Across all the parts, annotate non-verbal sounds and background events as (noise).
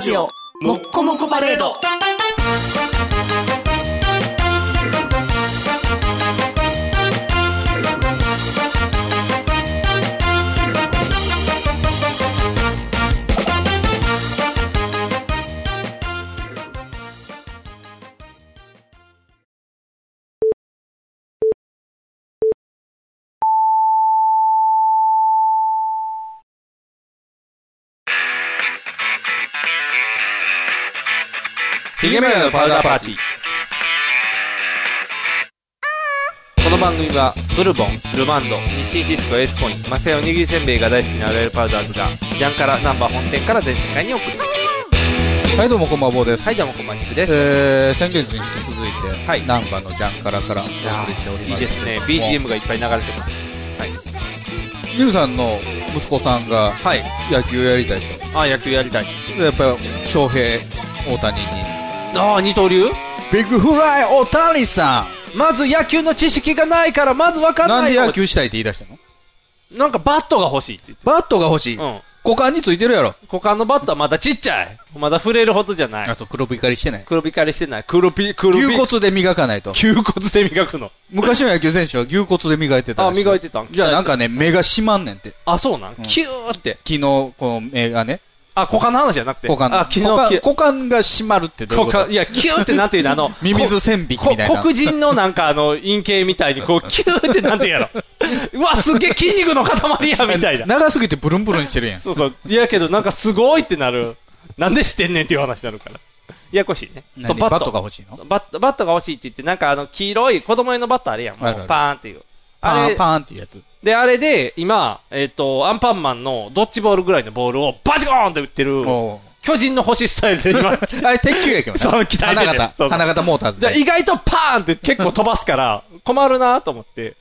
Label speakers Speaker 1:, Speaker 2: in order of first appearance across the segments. Speaker 1: ジオもっこもこパレード
Speaker 2: ヒゲメガネのパウダーパーティー。この番組は、ブルボン、ルマンド、日清シスコ、エースコイン、マセイおにぎりせんべいが大好きなあらゆるパウダーズが、ジャンからナンバー本店から全世界にお送りしま
Speaker 3: はい、どうもこんばんは、坊です
Speaker 2: す。。はい、どうもこんばんちです。
Speaker 3: えー、先月に引き続いて、
Speaker 2: はい
Speaker 3: ナンバーのジャンカラからお
Speaker 2: いや
Speaker 3: 送りしてお
Speaker 2: ー
Speaker 3: り
Speaker 2: いい
Speaker 3: ます。
Speaker 2: ですね。BGM がいっぱい流れてます。
Speaker 3: リュウさんの息子さんが
Speaker 2: はい。
Speaker 3: 野球やりたい
Speaker 2: あー、野球やりたい。
Speaker 3: と。でやっぱり、翔平、大谷に。
Speaker 2: あー、二刀流
Speaker 3: ビッグフライ、大谷さ
Speaker 2: まず野球の知識がないから、まずわか
Speaker 3: ん
Speaker 2: んない。
Speaker 3: なんで野球したいって言い出したの
Speaker 2: なんかバットが欲しいって言って。
Speaker 3: バットが欲しい。
Speaker 2: うん。
Speaker 3: 股間についてるやろ。
Speaker 2: 股間のバットはまだちっちゃい。まだ触れるほどじゃない
Speaker 3: あ。と黒光りしてない。
Speaker 2: 黒光りしてない。黒ピ、黒ピ。
Speaker 3: 牛骨で磨か
Speaker 2: (laughs)
Speaker 3: ないと。
Speaker 2: 牛骨で磨くの。
Speaker 3: 昔の野球選手は牛骨で磨いてた
Speaker 2: あ、
Speaker 3: らしい。
Speaker 2: 磨いてたん
Speaker 3: じゃあなんかね、目が閉まんねんって。
Speaker 2: あ、そうなん、
Speaker 3: うん
Speaker 2: キューって。
Speaker 3: 昨日、この目がね、
Speaker 2: あ、股間の話じゃなくて。
Speaker 3: 股間の
Speaker 2: あ、昨日、
Speaker 3: 股間
Speaker 2: キュ
Speaker 3: 股間が閉まるってどういう
Speaker 2: 股
Speaker 3: こと、
Speaker 2: 間、いや、キューってなんていうのあの
Speaker 3: (laughs) ミミズ線引きみ
Speaker 2: こ
Speaker 3: たいな。
Speaker 2: 黒人のなんかあの、陰茎みたいにこう、キューってなんていうやろ。うわ、すげえ筋肉の塊や、みたいな。
Speaker 3: 長すぎてブルンブルンしてるやん。
Speaker 2: そうそう。いやけど、なんかすごいってなる。なんで知ってんねんっていう話になるから。ややこしいね。
Speaker 3: 何バットが欲
Speaker 2: し
Speaker 3: しいの
Speaker 2: バット、バットが欲しいって言って、なんかあの、黄色い子供用のバットあれやん。も
Speaker 3: あるあ
Speaker 2: う
Speaker 3: る
Speaker 2: パーンっていう。
Speaker 3: パ
Speaker 2: あ
Speaker 3: ー
Speaker 2: れ
Speaker 3: ン、パーンっていうやつ。
Speaker 2: で、あれで、今、えっ、と、アンパンマンのドッジボールぐらいのボールをバチコーンって打ってる、
Speaker 3: おう
Speaker 2: 巨人の星スタイルで
Speaker 3: (laughs)
Speaker 2: 今、
Speaker 3: あれ、鉄球やけどね。
Speaker 2: そう鍛えてて
Speaker 3: 花形
Speaker 2: そうそう
Speaker 3: 花形モーターズ
Speaker 2: じゃあ
Speaker 3: で。
Speaker 2: 意外とパーンって結構飛ばすから、困るなと思って。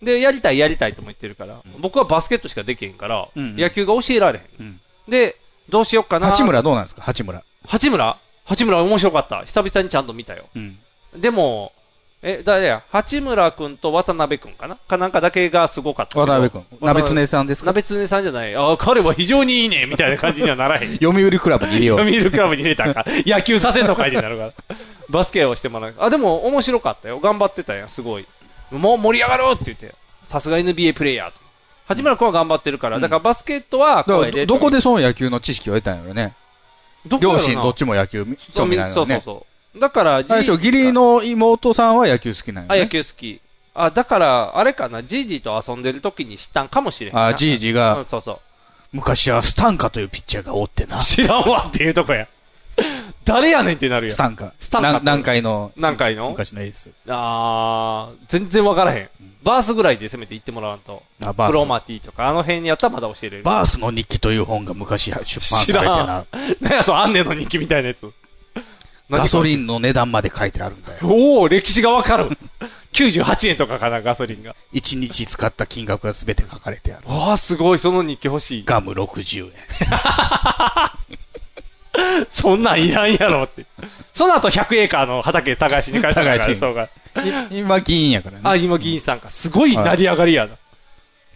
Speaker 2: で、やりたいやりたいとも言ってるから、僕はバスケットしかできへんから、
Speaker 3: うんうん
Speaker 2: 野球が教えられへん。
Speaker 3: うん
Speaker 2: で、どうしよっかな。
Speaker 3: 八。村どうなんですか八村。
Speaker 2: 八村八村面白かった。久々にちゃんと見たよ。
Speaker 3: うん。
Speaker 2: でも、え、誰や、八村くんと渡辺くんかなかなんかだけがすごかったけど。
Speaker 3: 渡辺君。鍋つねさんですか。
Speaker 2: 鍋つねさんじゃない。ああ、彼は非常にいいね、みたいな感じにはならへん
Speaker 3: 読売クラブに入れよ
Speaker 2: 読
Speaker 3: う。
Speaker 2: 売クラブに入れた
Speaker 3: (laughs)
Speaker 2: んか。野球させんのかいになるから。バスケをしてもらう。あ、でも面白かったよ。頑張ってたやん、すごい。もう盛り上がろうって言って。さすが NBA プレイヤーと。八村君は頑張ってるから。
Speaker 3: うん
Speaker 2: だからバスケットは
Speaker 3: だか
Speaker 2: 声
Speaker 3: ら
Speaker 2: で。
Speaker 3: どどこでその野球の知識を得たんやろね。
Speaker 2: どこや
Speaker 3: 両
Speaker 2: ろな
Speaker 3: 親どっちも野球
Speaker 2: そ
Speaker 3: 興
Speaker 2: うみ
Speaker 3: 味
Speaker 2: そ
Speaker 3: な
Speaker 2: う
Speaker 3: い
Speaker 2: そ
Speaker 3: の
Speaker 2: うそ
Speaker 3: ね
Speaker 2: う。。だから、
Speaker 3: あれでしょ、義理。の妹さんは野球好きなん
Speaker 2: あ、
Speaker 3: や
Speaker 2: 野
Speaker 3: ね。
Speaker 2: 球好き。あ、だから、あれかな、ジージーと遊んでる時に知ったんかもしれんな。
Speaker 3: あ、じいじ
Speaker 2: うん、
Speaker 3: が、
Speaker 2: そうそう。
Speaker 3: 昔はスタンカというピッチャーがおってな。ス
Speaker 2: 知らんわっていうとこや。誰やねんってなるやん。
Speaker 3: タンカ。
Speaker 2: スタンカ
Speaker 3: な南海の。
Speaker 2: 南海の
Speaker 3: 昔のエース。
Speaker 2: あー、全然わからへん。バースぐらいでせめて行ってもらわんと。
Speaker 3: あバ
Speaker 2: クロ
Speaker 3: ー
Speaker 2: マティとか、あの辺にやったらまだ教え
Speaker 3: ス。
Speaker 2: れる。
Speaker 3: バースの日記という本が昔出版されて
Speaker 2: 知ら
Speaker 3: な。
Speaker 2: ん。 (laughs) なんや、そう、アンネの日記みたいなやつ。
Speaker 3: (laughs) ガソリ
Speaker 2: ン。
Speaker 3: ンの値段まで書いてあるんだよ。
Speaker 2: おお歴史がわかる。98円とかかな、ガソリンが。
Speaker 3: 一日使った金額が全て書かれてある。
Speaker 2: わあ、すごい、その日記欲しい。
Speaker 3: ガム60円。
Speaker 2: そんなんいらんやろって。その後100エーカーの畑高橋に返したから
Speaker 3: 高橋
Speaker 2: そうか。
Speaker 3: い今、議員やからね。
Speaker 2: あ、今議員さんか。すごい成り上がりやな。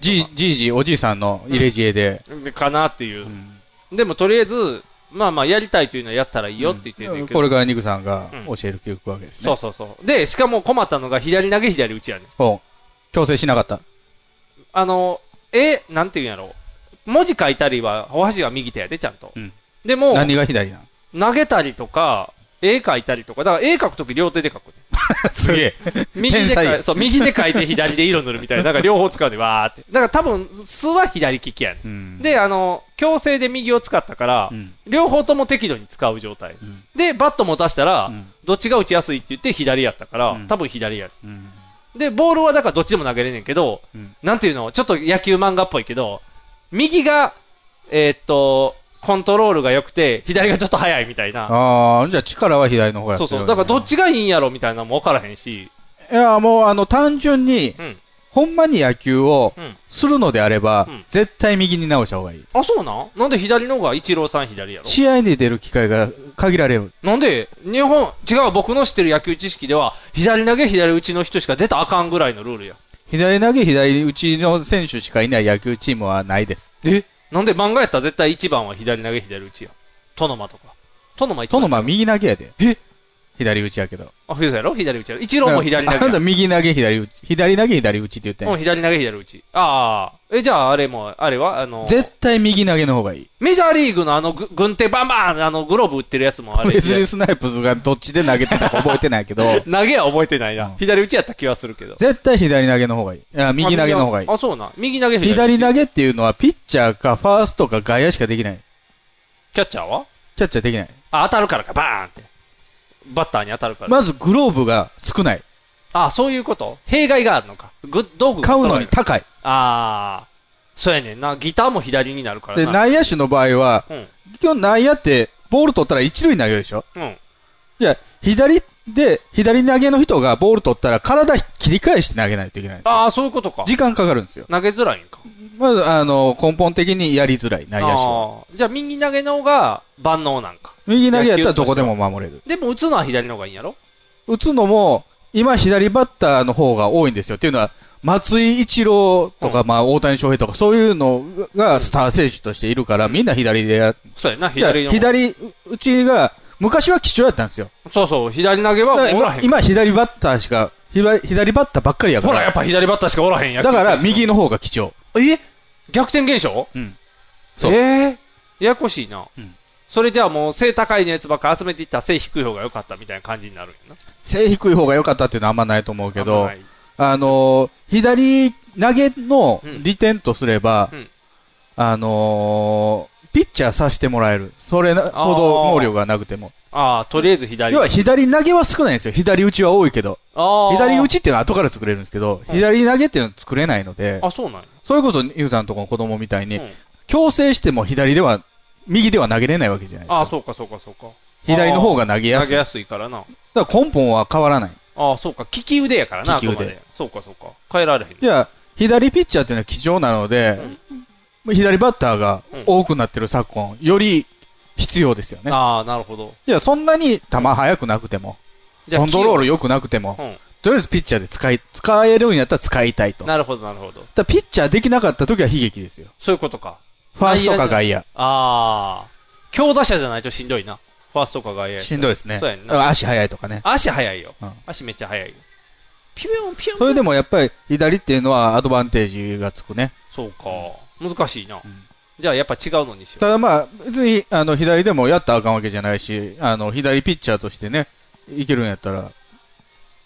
Speaker 3: じい、じいじい、おじいさんの入れ知恵で。
Speaker 2: でかなっていう
Speaker 3: う。ん
Speaker 2: でもとりあえず、まあまあ、やりたいというのはやったらいいよって言ってんねんけど。
Speaker 3: これからニクさんが
Speaker 2: うん
Speaker 3: 教えていくわけです
Speaker 2: そ
Speaker 3: ね
Speaker 2: う。そうそう。で、しかも困ったのが左投げ左打ちやねん。
Speaker 3: そう。調整しなかった。
Speaker 2: あの、え、なんていうんやろう。文字書いたりは、お箸は右手やで、ちゃんと。
Speaker 3: うん
Speaker 2: でも、
Speaker 3: 何が左なの
Speaker 2: 投げたりとか、絵書いたりとか、だから絵書くとき両手で書くね。
Speaker 3: すげえ。
Speaker 2: (laughs) 右で
Speaker 3: 天
Speaker 2: 書い
Speaker 3: 才
Speaker 2: そう、右で書いて左で色塗るみたいな。だから両方使うで、わーって。だから多分、数は左利きやねん。
Speaker 3: うん
Speaker 2: で、あの、強制で右を使ったから、
Speaker 3: うん
Speaker 2: 両方とも適度に使う状態。
Speaker 3: うん
Speaker 2: で、バット持たしたら、
Speaker 3: うん
Speaker 2: どっちが打ちやすいって言って左やったから、
Speaker 3: うん
Speaker 2: 多分左やる。
Speaker 3: うん
Speaker 2: で、ボールはだからどっちでも投げれんねんけど、
Speaker 3: うん
Speaker 2: なんていうの、ちょっと野球漫画っぽいけど、右が、えーっと、コントロールが良くて、左がちょっと速いみたいな。
Speaker 3: ああ、じゃあ力は左の方やって
Speaker 2: そう
Speaker 3: る
Speaker 2: そう。だからどっちがいいんやろみたいなのも分からへんし。
Speaker 3: いや、もうあの、単純に
Speaker 2: う、ん。
Speaker 3: ほんまに野球を
Speaker 2: うん。
Speaker 3: するのであれば
Speaker 2: うん、
Speaker 3: 絶対右に直した方がいい。
Speaker 2: あ、そうなんなんで左の方が一郎さん左やろ
Speaker 3: 試合に出る機会が限られる。
Speaker 2: なんで、日本、違う、僕の知ってる野球知識では、左投げ左打ちの人しか出たらあかんぐらいのルールや。
Speaker 3: 左投げ、左打ちの選手しかいない野球チームはないです。
Speaker 2: えなんで漫画やったら絶対1番は左投げ左打ちや。トノマとか。トノマ行って
Speaker 3: ト
Speaker 2: ま
Speaker 3: ノ
Speaker 2: す
Speaker 3: マ右投げやで。
Speaker 2: え
Speaker 3: 左打ちやけど。
Speaker 2: あ、そうやろ左打ちやろ。一郎も左投
Speaker 3: あ
Speaker 2: げ
Speaker 3: な
Speaker 2: や
Speaker 3: た。右投げ、左打ち。左投げ、左打ちって言った
Speaker 2: うん、
Speaker 3: やん。
Speaker 2: 左投げ、左打ち。ああ。え、じゃあ、あれも、あれは、あの、
Speaker 3: 絶対右投げの方がいい。
Speaker 2: メジャーリーグのあの、ぐ軍手バンバン、あの、グローブ打ってるやつもあ
Speaker 3: ウ
Speaker 2: れ。
Speaker 3: ェスリー・スナイプズがどっちで投げてたか覚えてないけど、
Speaker 2: 投げは覚えてないな。
Speaker 3: うん
Speaker 2: 左打ちやった気はするけど。
Speaker 3: 絶対左投げの方がいい。いや右投げの方がいい
Speaker 2: あ、。そうな。右投げ、
Speaker 3: 左
Speaker 2: げ。
Speaker 3: 投げっていうのは、ピッチャーかファーストか外野しかできない。
Speaker 2: キャッチャーは
Speaker 3: キャッチャーできない。
Speaker 2: あ、当たるからか、バーンって。バッターに当たるから。
Speaker 3: まずグローブが少ない。
Speaker 2: あ、そういうこと弊害があるのか。グッド具が
Speaker 3: 買うの
Speaker 2: 揃え
Speaker 3: に
Speaker 2: る
Speaker 3: 高い。
Speaker 2: ああ。そうやねんな。ギターも左になるから
Speaker 3: で、
Speaker 2: な。
Speaker 3: 内野手の場合は、
Speaker 2: うん。
Speaker 3: 基本内野って、ボール取ったら一塁に投げるでしょ
Speaker 2: うん。
Speaker 3: いや、左で、左投げの人がボール取ったら体切り返して投げないといけないんですよ。
Speaker 2: ああ、そういうことか。
Speaker 3: 時間かかるんですよ。
Speaker 2: 投げづらいんか。
Speaker 3: まず、あの、根本的にやりづらい、内野手は。
Speaker 2: あーじゃあ、右投げの方が万能なんか。
Speaker 3: 右投げやったらどこでも守れる。
Speaker 2: でも、打つのは左の方がいいんやろ
Speaker 3: 打つのも、今左バッターの方が多いんですよ。っていうのは、松井一郎とか、まあ、大谷翔平とか、そういうのがスター選手としているから、みんな左でやっ
Speaker 2: そうやな、
Speaker 3: いや
Speaker 2: 左の方。
Speaker 3: 左打ちが、昔は貴重やったんですよ。
Speaker 2: そうそう、左投げは
Speaker 3: だから
Speaker 2: おら
Speaker 3: 今
Speaker 2: へん。
Speaker 3: 今左バッターしか、左左バッターばっかりやか
Speaker 2: ほら、やっ
Speaker 3: ら。
Speaker 2: ぱ左バッターしかおらへんや
Speaker 3: だから、右の方が貴重。
Speaker 2: え逆転現象
Speaker 3: うん。そう
Speaker 2: ええややこしいな
Speaker 3: うん。
Speaker 2: それじゃあもう背高いのやつばっか集めていったら背低い方が良かったみたいな感じになるんやな。
Speaker 3: 背低い方が良かったっていうのはあんまないと思うけど
Speaker 2: あんまな、い
Speaker 3: あのー、左投げの利点とすれば、
Speaker 2: うんうん
Speaker 3: あのー、ピッチャーさせてもらえる。それなほど能力がなくても。
Speaker 2: ああ、とりあえず左。
Speaker 3: 要は左投げは少ないんですよ。左打ちは多いけど。
Speaker 2: ああ。
Speaker 3: 左打ちっていうのは後から作れるんですけど、
Speaker 2: うん
Speaker 3: 左投げっていうのは作れないので、
Speaker 2: あ、そうなんや。
Speaker 3: それこそゆうさんのとこの子供みたいに、
Speaker 2: うん
Speaker 3: 強制しても左では、右では投げれないわけじゃないです
Speaker 2: ああ、
Speaker 3: か。
Speaker 2: そうかそうかそうか。
Speaker 3: 左の方が投げや
Speaker 2: 投
Speaker 3: すい。
Speaker 2: げ
Speaker 3: だ
Speaker 2: やすいからな。
Speaker 3: から根本は変わらない。
Speaker 2: ああ、そうか。利き腕やからな、
Speaker 3: 利き腕
Speaker 2: あくまでそうかそうか。変えられへん。
Speaker 3: じゃあ、左ピッチャーっていうのは貴重なので、左バッターが多くなってる昨今、より必要ですよね。
Speaker 2: ああ、なるほど。
Speaker 3: じゃあ、そんなに球速くなくても、
Speaker 2: じゃあ、
Speaker 3: コントロール良くなくても、
Speaker 2: うん。
Speaker 3: とりあえずピッチャーで使い、使えるんやったら使いたいと。だか
Speaker 2: なるほど、なるほど。
Speaker 3: らピッチャーできなかった時は悲劇ですよ。
Speaker 2: そういうことか。
Speaker 3: ファーストか外野。
Speaker 2: ああ。強打者じゃないとしんどいな。ファーストか外野やと。
Speaker 3: しんどいですね
Speaker 2: そうやん。な。
Speaker 3: 足速いとかね。
Speaker 2: 足速いよ
Speaker 3: うん。
Speaker 2: 足めっちゃ速いよ。ピュンピュン。
Speaker 3: それで
Speaker 2: も。
Speaker 3: もやっぱり左っていうのはアドバンテージがつくね。
Speaker 2: そうか。難しいな
Speaker 3: うん。
Speaker 2: じゃあやっぱ違うのにしよ
Speaker 3: ただまあ、別に、あの、左でもやったらあかんわけじゃないし、あの、左ピッチャーとしてね、いけるんやったら。
Speaker 2: う。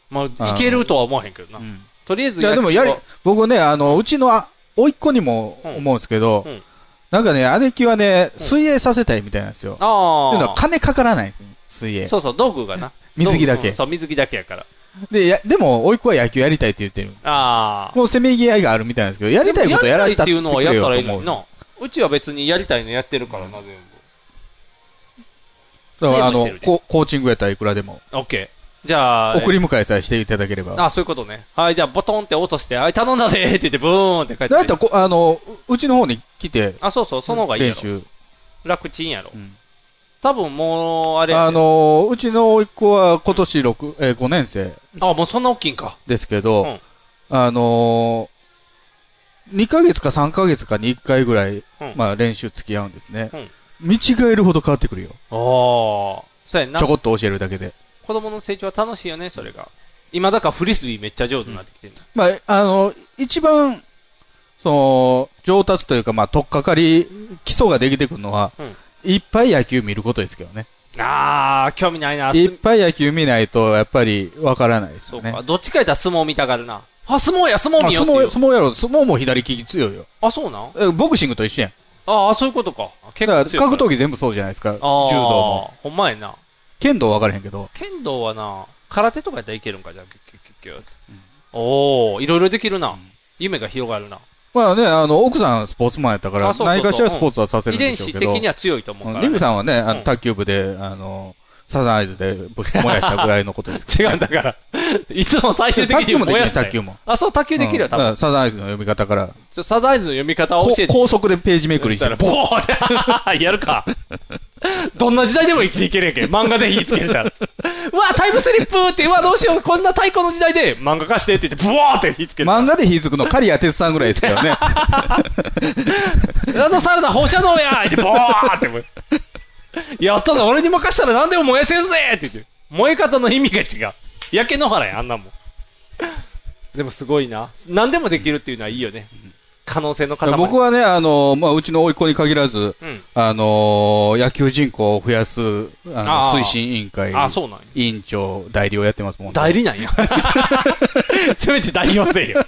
Speaker 2: まあ、いけるとは思わへんけど
Speaker 3: う
Speaker 2: な。
Speaker 3: ん
Speaker 2: とりあえず。
Speaker 3: じゃあでもやり、僕ね、あの、うちのあ、甥っ子にも
Speaker 2: うん
Speaker 3: 思うんですけど、
Speaker 2: うん
Speaker 3: なんかね、姉貴はね、
Speaker 2: うん
Speaker 3: 水泳させたいみたいなんですよ。
Speaker 2: あ
Speaker 3: っていうの
Speaker 2: あ
Speaker 3: は。金かからないんですね、水泳。
Speaker 2: そうそう、道具がな。
Speaker 3: (laughs) 水着だけ
Speaker 2: 道具うんそう、水着だけやから。
Speaker 3: で、や、でも、甥っ子は野球やりたいって言ってる。
Speaker 2: ああ。
Speaker 3: もうせめぎ合いがあるみたいなんですけど、やりたいことやらした
Speaker 2: やりたいっていうのはやったらいいの
Speaker 3: くれよ
Speaker 2: に
Speaker 3: と思
Speaker 2: な。うちは別にやりたいのやってるからな、全
Speaker 3: う。だから、あ
Speaker 2: セーブ
Speaker 3: の
Speaker 2: してる、で
Speaker 3: ココーチングやったらいくらでも、
Speaker 2: 部。オッケー。じゃあ。
Speaker 3: 送り迎えさえしていただければ。
Speaker 2: あ、そういうことね。はい、じゃあ、ボトンって落として、はい、頼んだでーって言って、ブーンって帰ってく
Speaker 3: だい
Speaker 2: る
Speaker 3: たいこ、あの、ううちの方に来て、
Speaker 2: あ、そうそう、その方がいいや
Speaker 3: 練
Speaker 2: ろ。
Speaker 3: 習。
Speaker 2: 楽ちんやろ
Speaker 3: う。ん
Speaker 2: 多分もう、あれ、
Speaker 3: あ
Speaker 2: あ
Speaker 3: の、うちの甥っ子は今年六えー、5年生
Speaker 2: もうそんな大きいんか。
Speaker 3: ですけど、
Speaker 2: うん
Speaker 3: あのー、2ヶ月か3ヶ月かに1回ぐらい、
Speaker 2: うん
Speaker 3: まあ練習付き合うんですね。
Speaker 2: うん
Speaker 3: 見違えるほど変わってくるよ。
Speaker 2: ああ、そうやんな
Speaker 3: ちょ。こっと教えるだけで。
Speaker 2: 子供の成長は楽しいよね、それが。今だからフリスビーめっちゃ上手になってきてる、
Speaker 3: まあ、あの、一番、その、上達というか、まあ、とっかかり、基礎ができてくるのは、
Speaker 2: うん
Speaker 3: いっぱい野球見ることですけどね。
Speaker 2: ああ、興味ないな。
Speaker 3: いっぱい野球見ないと、やっぱり、わからないです
Speaker 2: そ
Speaker 3: よ
Speaker 2: う
Speaker 3: ね。
Speaker 2: か。どっちかやったら相撲見たがるな。あ、相撲や、相撲
Speaker 3: まあ
Speaker 2: 見よう
Speaker 3: 相
Speaker 2: っていう
Speaker 3: 撲、。相撲やろう。相撲も左利き強いよ。
Speaker 2: あ、そうなん
Speaker 3: えボクシングと一緒やん。
Speaker 2: ああ、そういうことか。結
Speaker 3: だから
Speaker 2: 構強い
Speaker 3: 格
Speaker 2: か
Speaker 3: 闘
Speaker 2: ら
Speaker 3: 技全部そうじゃないですか。柔道
Speaker 2: あー
Speaker 3: も。。
Speaker 2: ほんまやな。
Speaker 3: 剣道は分からへんけど。
Speaker 2: 剣道はな、空手とかやったらいけるんか、じゃあ、キュッキュッキュッキュッって。おおいろいろできるな、
Speaker 3: うん
Speaker 2: 夢が広がるな。
Speaker 3: まあね、あの、奥さんスポーツマンやったから
Speaker 2: あ、そうそうそう
Speaker 3: 何かしらスポーツはさせるん
Speaker 2: 遺
Speaker 3: で
Speaker 2: 伝
Speaker 3: しょう
Speaker 2: 子
Speaker 3: け
Speaker 2: 的
Speaker 3: ど。
Speaker 2: には強いと思う
Speaker 3: う
Speaker 2: か
Speaker 3: んリ
Speaker 2: ら、
Speaker 3: グさんはね、あの、
Speaker 2: うん
Speaker 3: 卓球部で、あの、サザンアイズで物質燃やしたぐらいのことですけ
Speaker 2: 違うんだから。いつも最終
Speaker 3: ど。卓
Speaker 2: 的
Speaker 3: 球
Speaker 2: に
Speaker 3: もで
Speaker 2: 燃
Speaker 3: き
Speaker 2: や
Speaker 3: る、
Speaker 2: すな
Speaker 3: 卓
Speaker 2: よ。
Speaker 3: 球も。
Speaker 2: あ、そう、卓球 (laughs) できるよ、
Speaker 3: うんだ
Speaker 2: 多
Speaker 3: か
Speaker 2: 分。
Speaker 3: らサザンアイズの読み方から、
Speaker 2: ちょサザンアイズの読み方を
Speaker 3: こ
Speaker 2: 教えて。
Speaker 3: 高速でページめくりし
Speaker 2: した
Speaker 3: て
Speaker 2: ら、、ボーンやるか。どんな時代でも生きていけるやんけ。漫画で火つけれたら。うわ、タイムスリップって、うわ、どうしよう、こんな太鼓の時代で漫画化してって言って、ブワーって火つける。
Speaker 3: 漫画で火つくの、刈谷哲さんぐらいですけどね。
Speaker 2: (laughs) (laughs) ランドサラダ放射能やーって、ボーって。やったぞ、俺に任したら何でも燃えせんぜって言って。燃え方の意味が違う。焼け野原や、あんなもん。でもすごいな。何でもできるっていうのはいいよね。可能性の塊。
Speaker 3: 僕
Speaker 2: は、
Speaker 3: はね、あの、まあ、うちの甥いっ子に限らず、
Speaker 2: うん。
Speaker 3: あの、野球人口を増やす、あの
Speaker 2: あー
Speaker 3: 推進委員会、
Speaker 2: あ、そうなんや。
Speaker 3: 委員長、代理をやってますもんね。
Speaker 2: 代理なんや。 (laughs) せめて代表せえよ。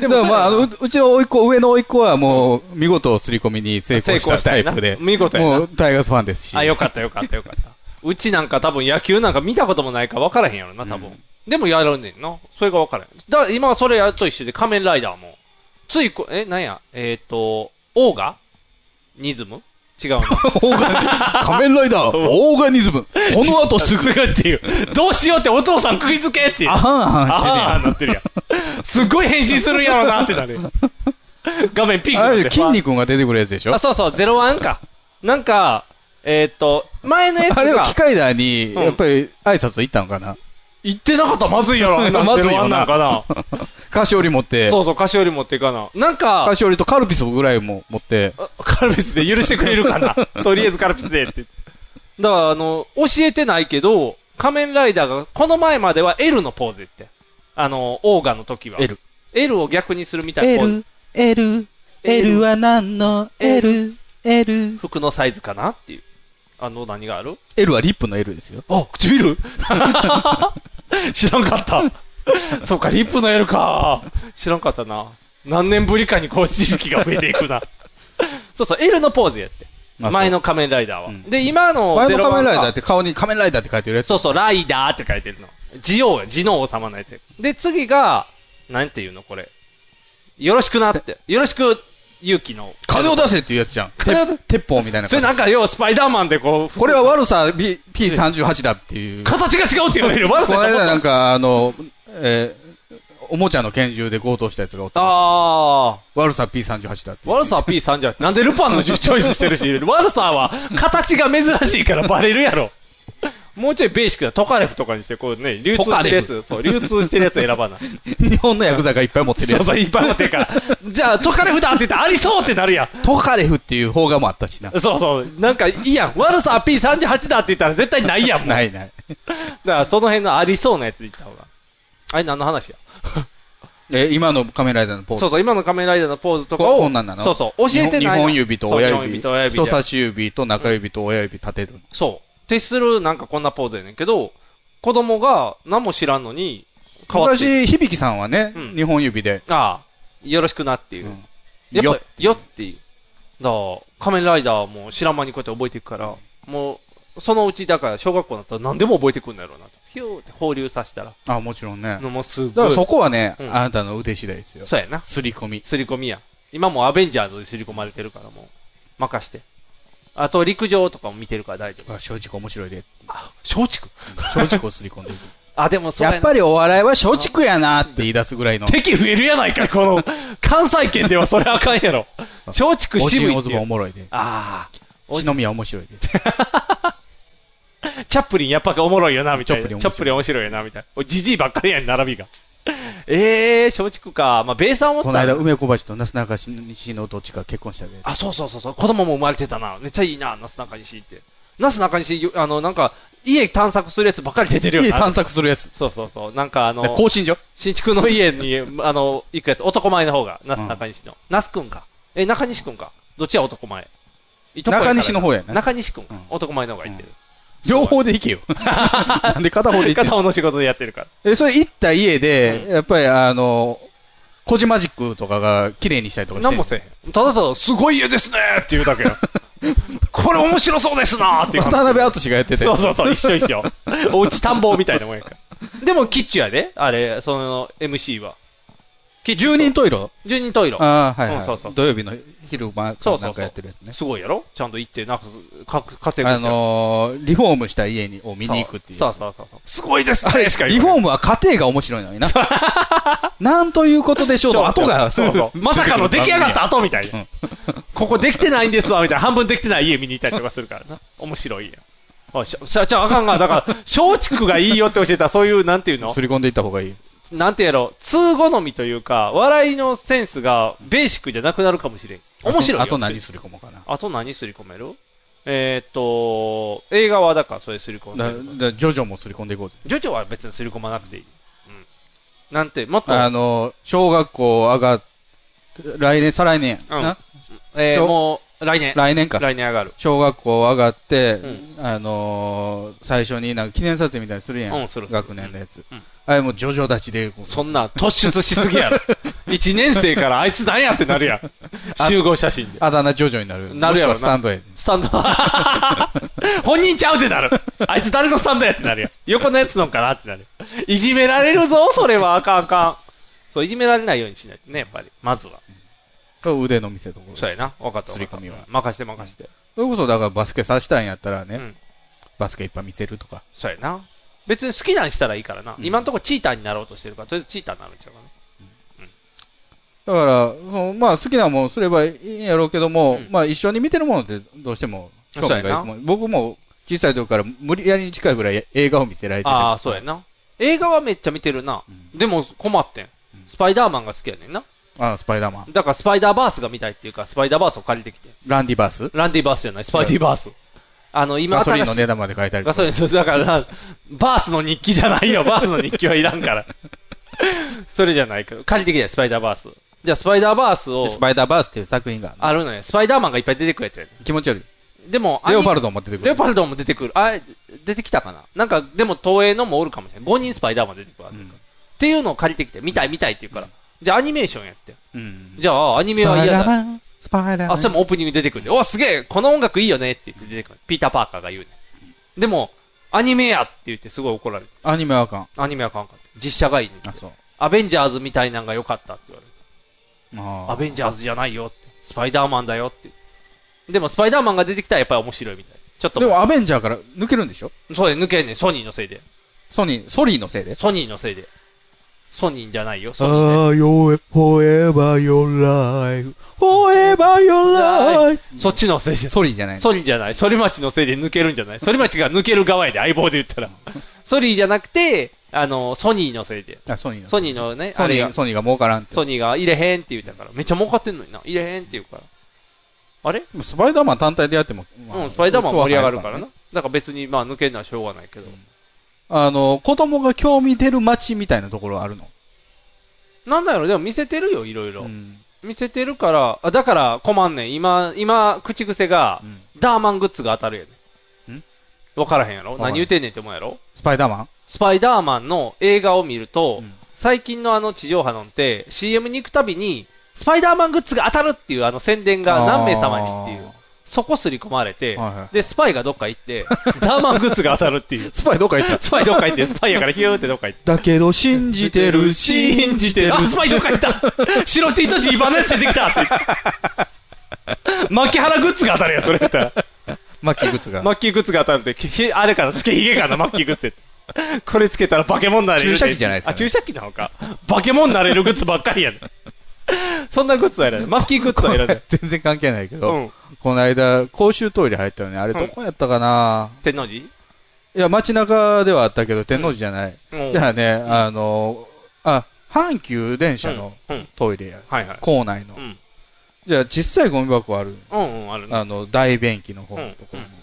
Speaker 3: でも、まあ、あの、ううちの甥いっ子、上の甥いっ子はもう、見事すり込みに成功したタイプ
Speaker 2: 成功した
Speaker 3: で
Speaker 2: よ、な見事やな
Speaker 3: もう、タイガースファンですし。
Speaker 2: あ、よかったよかったよかった。うちなんか多分野球なんか見たこともないから分からへんやろな、多分。
Speaker 3: うん
Speaker 2: でもやるねんな。それが分からへん。だから今はそれやると一緒で仮面ライダーも。ついこ、え、なんや、えっ、と、オーガニズム違う (laughs) な。
Speaker 3: オーガ仮面ライダー、オーガニズム。この後すぐ。
Speaker 2: すぐっていう。どうしようってお父さん食いつけっていう。
Speaker 3: あはんあはんしてね
Speaker 2: あーなってるやん。すっごい変身するんやろなってなる。画面ピンク
Speaker 3: あ
Speaker 2: になっ
Speaker 3: れ、
Speaker 2: て
Speaker 3: 筋肉が出てくるやつでしょ
Speaker 2: あ、そうそう、ゼロワンか。なんか、えっ、と、前のやつ
Speaker 3: あれ
Speaker 2: が
Speaker 3: は機、械だに、やっぱり挨拶行ったのかな
Speaker 2: 言ってなかったらまずい (laughs) やろ、あんな
Speaker 3: まずいよな
Speaker 2: ゼロワンなんかな。
Speaker 3: 菓子折り持って、
Speaker 2: そうそう、菓子折り持っていかな。なんか
Speaker 3: 菓、子折りとカルピスぐらいも持って、
Speaker 2: あカルピスで許してくれるかな。 (laughs) とりあえずカルピスでって。だから、あの、教えてないけど、仮面ライダーが、この前までは L のポーズって。あの、オーガの時は。
Speaker 3: L。
Speaker 2: L を逆にするみたいなポーズ。、
Speaker 3: L、
Speaker 2: L
Speaker 3: は何の
Speaker 2: L、
Speaker 3: L。
Speaker 2: 服のサイズかなっていう。あの、何がある
Speaker 3: L はリップの L ですよ。
Speaker 2: あ、唇 (laughs) 知らんかった。そうか、リップの L か。知らんかったな。何年ぶりかにこう知識が増えていくな。 (laughs) そうそう、L のポーズやって。
Speaker 3: あそう
Speaker 2: 前の仮面ライダーは。
Speaker 3: うん
Speaker 2: で、今の
Speaker 3: 前
Speaker 2: ゼ
Speaker 3: の
Speaker 2: ロ
Speaker 3: 仮
Speaker 2: ワ
Speaker 3: 面ラ
Speaker 2: ン
Speaker 3: イダー
Speaker 2: か
Speaker 3: って顔に仮面ライダーって書いてるやつ。
Speaker 2: そうそう、ライダーって書いてるの。ジオウや、ジノ王様のやつや。で、次が、なんていうの、これ。よろしくなって。よろしく、勇気の。
Speaker 3: 金を出せっていうやつじゃん。
Speaker 2: 金を出
Speaker 3: て鉄砲みたいな
Speaker 2: それ
Speaker 3: 感じ。
Speaker 2: なんか、よう、スパイダーマンでこう、
Speaker 3: これは悪さ B- P38 だって
Speaker 2: (laughs)
Speaker 3: いう。こ
Speaker 2: 形が違うって言われる。悪さ
Speaker 3: の
Speaker 2: やと思
Speaker 3: 間
Speaker 2: った
Speaker 3: なんか、あの、えーおもちゃの拳銃で強盗したやつがおったらしい。
Speaker 2: ああ。
Speaker 3: 悪さ P38 だって。
Speaker 2: 悪さは P3 じゃなくてなんでルパンの10チョイスしてるし、悪さは形が珍しいからバレるやろ。 (laughs) もうちょいベーシックだ。トカレフとかにして、こうね、流通してるやつ、そう、流通してるやつ選ばな。
Speaker 3: 日本のヤクザがいっぱい持ってる
Speaker 2: (laughs) そ
Speaker 3: や
Speaker 2: う
Speaker 3: つ
Speaker 2: そ。う、いっぱい持ってるから。じゃあ、トカレフだって言ったらありそうってなるやん。
Speaker 3: トカレフっていう方がもあったしな。
Speaker 2: そうそう。なんか、いいやん。悪さは P38 だって言ったら絶対ないやん。もう
Speaker 3: ないない。
Speaker 2: だから、その辺のありそうなやつで言った方が。あれ、何の話や
Speaker 3: え、今のカメライダーのポー
Speaker 2: そう
Speaker 3: ズ。
Speaker 2: そう、今の仮面ライダーのポーズとか
Speaker 3: こ
Speaker 2: を。
Speaker 3: こんなんなの
Speaker 2: そうそう。教えてないの。
Speaker 3: 日本指と親
Speaker 2: そう日本
Speaker 3: 指。
Speaker 2: と親指で
Speaker 3: 人差し指と中指と親指立てる。
Speaker 2: そう。徹するなんかこんなポーズやねんけど、子供が何も知らんのに、変わって。
Speaker 3: 昔、響さんはね
Speaker 2: うん、
Speaker 3: 日本指で。
Speaker 2: ああ、よろしくなっていう。
Speaker 3: うん
Speaker 2: やっ
Speaker 3: よ
Speaker 2: ぱ、よっていう。だから、仮面ライダーも知らん間にこうやって覚えていくから、もう、そのうちだから小学校だったら何でも覚えてくんだろうなと。ひゅーって放流させたら。
Speaker 3: あ、もちろんね。
Speaker 2: もうすっ
Speaker 3: だ
Speaker 2: ご
Speaker 3: か
Speaker 2: い。
Speaker 3: らそこはね、
Speaker 2: うん
Speaker 3: あなたの腕次第ですよ。
Speaker 2: そうやな。
Speaker 3: すり込み。
Speaker 2: 刷り込みや。今もうアベンジャーズに刷り込まれてるからもう、任して。あと陸上とかも見てるから大丈夫。
Speaker 3: あ松竹面白い
Speaker 2: (laughs)
Speaker 3: で。
Speaker 2: あ、松竹
Speaker 3: 松竹をすり込んでいく。
Speaker 2: あ、でも (laughs) そうや
Speaker 3: や
Speaker 2: な
Speaker 3: っぱりお笑いは松竹やなって言い出すぐらいの。
Speaker 2: 敵増えるやないか (laughs) い、この、関西圏ではそれあかんやろ。 (laughs) 松竹
Speaker 3: おち
Speaker 2: 渋
Speaker 3: ん
Speaker 2: い
Speaker 3: お
Speaker 2: って
Speaker 3: ず
Speaker 2: い
Speaker 3: ぼ
Speaker 2: う
Speaker 3: おもろいで。
Speaker 2: ああ。
Speaker 3: 篠宮面白いで。
Speaker 2: チャップリンやっぱおもろいよな、みたいな。チ
Speaker 3: チ
Speaker 2: ャ
Speaker 3: ャ
Speaker 2: ッ
Speaker 3: ッ
Speaker 2: プ
Speaker 3: プ
Speaker 2: リ
Speaker 3: リ
Speaker 2: ン
Speaker 3: ン
Speaker 2: 面白いよな、みたいな。おじじいばっかりやん、並びが。ええー、松竹か。まあ、ベースは思った
Speaker 3: この間、梅小橋となすなかしのどっちか結婚したで。
Speaker 2: あ、そうそうそうそう。子供も生まれてたな。めっちゃいいな、ナス中西って。ナス中西、あの、なんか、家探索するやつばっかり出てるよ
Speaker 3: 家
Speaker 2: な
Speaker 3: 探。索するやつ。
Speaker 2: そうそうそう。なんかあの、
Speaker 3: 更新所
Speaker 2: 新築の家に、あの、行くやつ、男前の方が、ナス中西の。ナスくんか。え、中西くんか。どっちは男前。いとこやから
Speaker 3: 中西の方やな
Speaker 2: 中西くんか
Speaker 3: うん。
Speaker 2: 男前の方が行ってる。
Speaker 3: 両方で行
Speaker 2: (laughs)
Speaker 3: けよ。なんで片方で行け
Speaker 2: 片
Speaker 3: よ
Speaker 2: 方の仕事でやってるから。
Speaker 3: え、それ行った家で、やっぱりあの、コジマジックとかが綺麗にしたりとかして。
Speaker 2: 何もせえへん。ただただ、すごい家ですねっていうだ
Speaker 3: (laughs)
Speaker 2: けよ。これ面白そうですなーっていう話。
Speaker 3: 渡辺篤がやってて。
Speaker 2: そうそうそう、一緒一緒。おうち田んぼみたいなもんやから。でも、キッチュやで、あれ、その、MC は。
Speaker 3: 住人トイレ
Speaker 2: 十人トイレ。
Speaker 3: ああ、はい、
Speaker 2: う
Speaker 3: は
Speaker 2: ん
Speaker 3: い
Speaker 2: そうそう
Speaker 3: 土曜日の昼間
Speaker 2: そ
Speaker 3: か
Speaker 2: うそうそう
Speaker 3: なんかやってるやつね。
Speaker 2: すごいやろちゃんと行って、なんか、か活躍
Speaker 3: あ
Speaker 2: してる。
Speaker 3: のー、リフォームした家にを見に行くっていう
Speaker 2: そ
Speaker 3: や
Speaker 2: う
Speaker 3: つ。
Speaker 2: そうそうそう。すごいですね、しか
Speaker 3: リフォームは家庭が面白いの
Speaker 2: (laughs)
Speaker 3: にな。なんということでしょうと、後が、
Speaker 2: そうそう。 (laughs) まさかの出来上がった後みたいな。
Speaker 3: う
Speaker 2: ここできてないんですわ、みたいな。半分できてない家見に行ったりとかするからな。面白いやん。あ、しゃ、じゃああかんが、だから、松竹がいいよって教えたら、そういう、なんていうの
Speaker 3: すり込んでいった方がいい。
Speaker 2: なんてやろう、通好みというか、笑いのセンスがベーシックじゃなくなるかもしれん。面白いよ。
Speaker 3: あと何すり込もうかな。
Speaker 2: あと何すり込めるえーっと、映画はだからそれすり込んで
Speaker 3: だ
Speaker 2: るから
Speaker 3: だジョジョもすり込んでいこうぜ。
Speaker 2: ジョジョは別にすり込まなくていい。うん。なんて、もっと、
Speaker 3: あの、小学校上がっ、来年、再来年や、
Speaker 2: うん
Speaker 3: な
Speaker 2: え
Speaker 3: し
Speaker 2: ー、
Speaker 3: ょ
Speaker 2: もう、来年。
Speaker 3: 来年か。
Speaker 2: 来年上がる。
Speaker 3: 小学校上がって、
Speaker 2: う
Speaker 3: あのー最初になんか記念撮影みたいにするやん。
Speaker 2: うんする
Speaker 3: 学年のやつ。
Speaker 2: うん
Speaker 3: あれもうジョジョ立ちで、こう
Speaker 2: そんな、突出しすぎやろ。一年生からあいつ何やってなるやん。集合写真で。
Speaker 3: あだ名ジョジョになる。
Speaker 2: なるやろな
Speaker 3: もしくはスタンドへ。
Speaker 2: スタンド。 (laughs) 本人ちゃうってなる。あいつ誰のスタンドやってなるやん。横のやつのんかなってなる。いじめられるぞ、それはあかんあかん。そう、いじめられないようにしないとね、やっぱり。まずは。
Speaker 3: と腕の見せ所です
Speaker 2: そうやな。分かった。
Speaker 3: 刷り込みは
Speaker 2: 分かった任して任して。
Speaker 3: それこそだからバスケさせたんやったらね、
Speaker 2: うん
Speaker 3: バスケいっぱい見せるとか。
Speaker 2: そうやな。別に好きなんしたらいいからな。今んとこチーターになろうとしてるから、とりあえずチーターになるんちゃうかな。
Speaker 3: だから、そのまあ好きなもんすればいいんやろうけども、
Speaker 2: うん
Speaker 3: まあ一緒に見てるものってどうしても興味
Speaker 2: そうや
Speaker 3: が
Speaker 2: ない
Speaker 3: くもん僕も小さい時から無理やりに近いぐらい映画を見せられてて
Speaker 2: ああ、そうやな。映画はめっちゃ見てるな。
Speaker 3: うん
Speaker 2: でも困ってん。スパイダーマンが好きやねんな。
Speaker 3: ああスパイダーマン。
Speaker 2: だからスパイダーバースが見たいっていうか、スパイダーバースを借りてきてん。
Speaker 3: ランディバース
Speaker 2: ランディバースじゃない、スパイディバース。あの、今
Speaker 3: ガソリン
Speaker 2: 新
Speaker 3: の
Speaker 2: しい。
Speaker 3: 値段まで書いてある
Speaker 2: ガソリン、そうだからな、バースの日記じ
Speaker 3: (laughs)
Speaker 2: ゃないよ。バースの日記はいらんから。それじゃないけど、借りてきてん、スパイダーバース。じゃあ、スパイダーバースを
Speaker 3: で、スパイダーバースっていう作品がある
Speaker 2: あるのよ。スパイダーマンがいっぱい出てくるやつやね
Speaker 3: 気持ち悪い。
Speaker 2: んでも、
Speaker 3: レオパ
Speaker 2: ル
Speaker 3: ルドも出てく
Speaker 2: レオ
Speaker 3: る。
Speaker 2: パルドも出てくる。あ、出てきたかななんか、でも東映のもおるかもしれない。5人スパイダーマン出てくるわ、
Speaker 3: うん
Speaker 2: っていうのを借りてきて、見たい見たいって言うから。じゃあアニメーションやって。
Speaker 3: うん。
Speaker 2: じゃあアニメ
Speaker 3: スパ
Speaker 2: は嫌
Speaker 3: イダー
Speaker 2: だ。
Speaker 3: マン、スパイダーマン。
Speaker 2: あ、それもオープニング出てくるんで。おすげえこの音楽いいよねって言って出てくる。ピーター・パーカーが言うね。でも、アニメやって言ってすごい怒られて。
Speaker 3: アニメはあかん。
Speaker 2: アニメはあかんかった。実写がいいねって
Speaker 3: あ、。そう。
Speaker 2: アベンジャーズみたいなんが良かったって言われる。
Speaker 3: ああ
Speaker 2: アベンジャーズじゃないよって。スパイダーマンだよって。でもスパイダーマンが出てきたらやっぱり面白いみたい。ちょっと
Speaker 3: で
Speaker 2: も
Speaker 3: もアベンジャーから抜けるんでしょ
Speaker 2: う、そうで抜けんねんソニーのせいで。
Speaker 3: ソニー、ソリーのせいで。
Speaker 2: ソニーのせいで。ソニーじゃないよ、ソニーね。
Speaker 3: ああ、よ、forever your life, forever your life.
Speaker 2: そっちのせいで。
Speaker 3: ソリーじゃないの
Speaker 2: ソリーじゃない。ソリマチのせいで抜けるんじゃない。ソリマチが抜ける側やで、相棒で言ったら。ソリーじゃなくて、あの、ソニーのせいで。
Speaker 3: あ、ソニーの。
Speaker 2: ソニーのね、
Speaker 3: ソ
Speaker 2: あ
Speaker 3: ニ
Speaker 2: れ
Speaker 3: ー、
Speaker 2: が、
Speaker 3: ソニーが儲からんって。
Speaker 2: ソニーが入れへんって言ったから。めっちゃ儲かってんのにな。入れへんって言うから。あれ
Speaker 3: スパイダーマン単体でやっても。まあ
Speaker 2: うん、スパイダーマン盛り上がるから。
Speaker 3: 人
Speaker 2: な
Speaker 3: は。
Speaker 2: だから別に、まあ抜けるのはしょうがないけど。
Speaker 3: 入らんあの、子供が興味出る街みたいなところあるの。
Speaker 2: なんだろう、でも見せてるよ、いろいろ
Speaker 3: う。ん
Speaker 2: 見せてるから、あだから困んねん。今、今、口癖が
Speaker 3: う、ん
Speaker 2: ダーマングッズが当たるやねん
Speaker 3: ん。
Speaker 2: わからへんやろ
Speaker 3: からへん
Speaker 2: 何言うてんねんって思うやろ
Speaker 3: スパイダーマン
Speaker 2: スパイダーマンの映画を見ると、
Speaker 3: うん
Speaker 2: 最近のあの地上波のって、CM に行くたびに、スパイダーマングッズが当たるっていうあの宣伝が何名様にっていう、そこすり込まれて、
Speaker 3: はいはい。
Speaker 2: で、スパイがどっか行って、ダーマングッズが当たるっていう
Speaker 3: スパイどっか行った
Speaker 2: (laughs) スパイどっか行って、スパイやからヒューってどっ (laughs) か行って。
Speaker 3: だけど信じて
Speaker 2: (laughs)
Speaker 3: る、信じてる
Speaker 2: あ、。スパイどっか行った白 T とジーバンのやつ出てきた (laughs) って言って。牧原グッズが当たるやん、それやったら。
Speaker 3: マッキーグッズが。
Speaker 2: マッキーグッズが当たるって、ひあれかな、つけひげかな、マッキーグッズって。 (laughs) これつけたら化け物になれるって。
Speaker 3: 注射器じゃないですかね
Speaker 2: あ、注射器なのか。化け物になれるグッズばっかりやね。 (laughs) そんなグッズはいらない。マッキーグッズはいらない。
Speaker 3: 全然関係ないけど、
Speaker 2: うん
Speaker 3: この間、公衆トイレ入ったよね。あれどこやったかな、
Speaker 2: 天王寺
Speaker 3: いや、街中ではあったけど、天王寺じゃない。
Speaker 2: うん
Speaker 3: じゃあね、あの、あ、阪急電車の
Speaker 2: うんうん
Speaker 3: トイレや。
Speaker 2: はいはい。
Speaker 3: 構内の。
Speaker 2: うん。
Speaker 3: じゃあ、小さいゴミ箱ある。
Speaker 2: うんうん、あるね。
Speaker 3: あの、大便器の方のところに。
Speaker 2: うんうん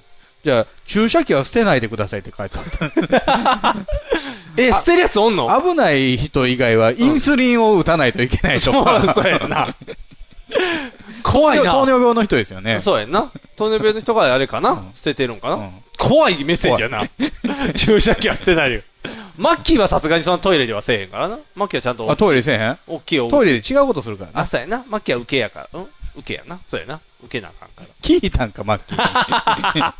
Speaker 3: じゃあ、注射器は捨てないでくださいって書いてあった。
Speaker 2: え、捨てるやつおんの
Speaker 3: 危ない人以外は、インスリンを打たないといけないでしょ。
Speaker 2: そうそうや
Speaker 3: (laughs)
Speaker 2: んな。怖い
Speaker 3: 糖尿
Speaker 2: な。
Speaker 3: 病の人ですよね。
Speaker 2: そうやんな。糖尿病の人があれか
Speaker 3: う
Speaker 2: なん捨ててるんか
Speaker 3: う
Speaker 2: なん怖いメッセージやな。 (laughs) 注射器は捨てないよ。マッキーはさすがにそのトイレではせえへんからな。マッキーはちゃん
Speaker 3: あ、
Speaker 2: と、
Speaker 3: トイレせえへん
Speaker 2: 大きいお
Speaker 3: トイレで違うことするからな
Speaker 2: あ、。そうやな。マッキーは受けやから。うん受けやな。そうやな。受けなあかんか
Speaker 3: 聞いたんか、マッキ
Speaker 2: (laughs)
Speaker 3: ー。
Speaker 2: ら。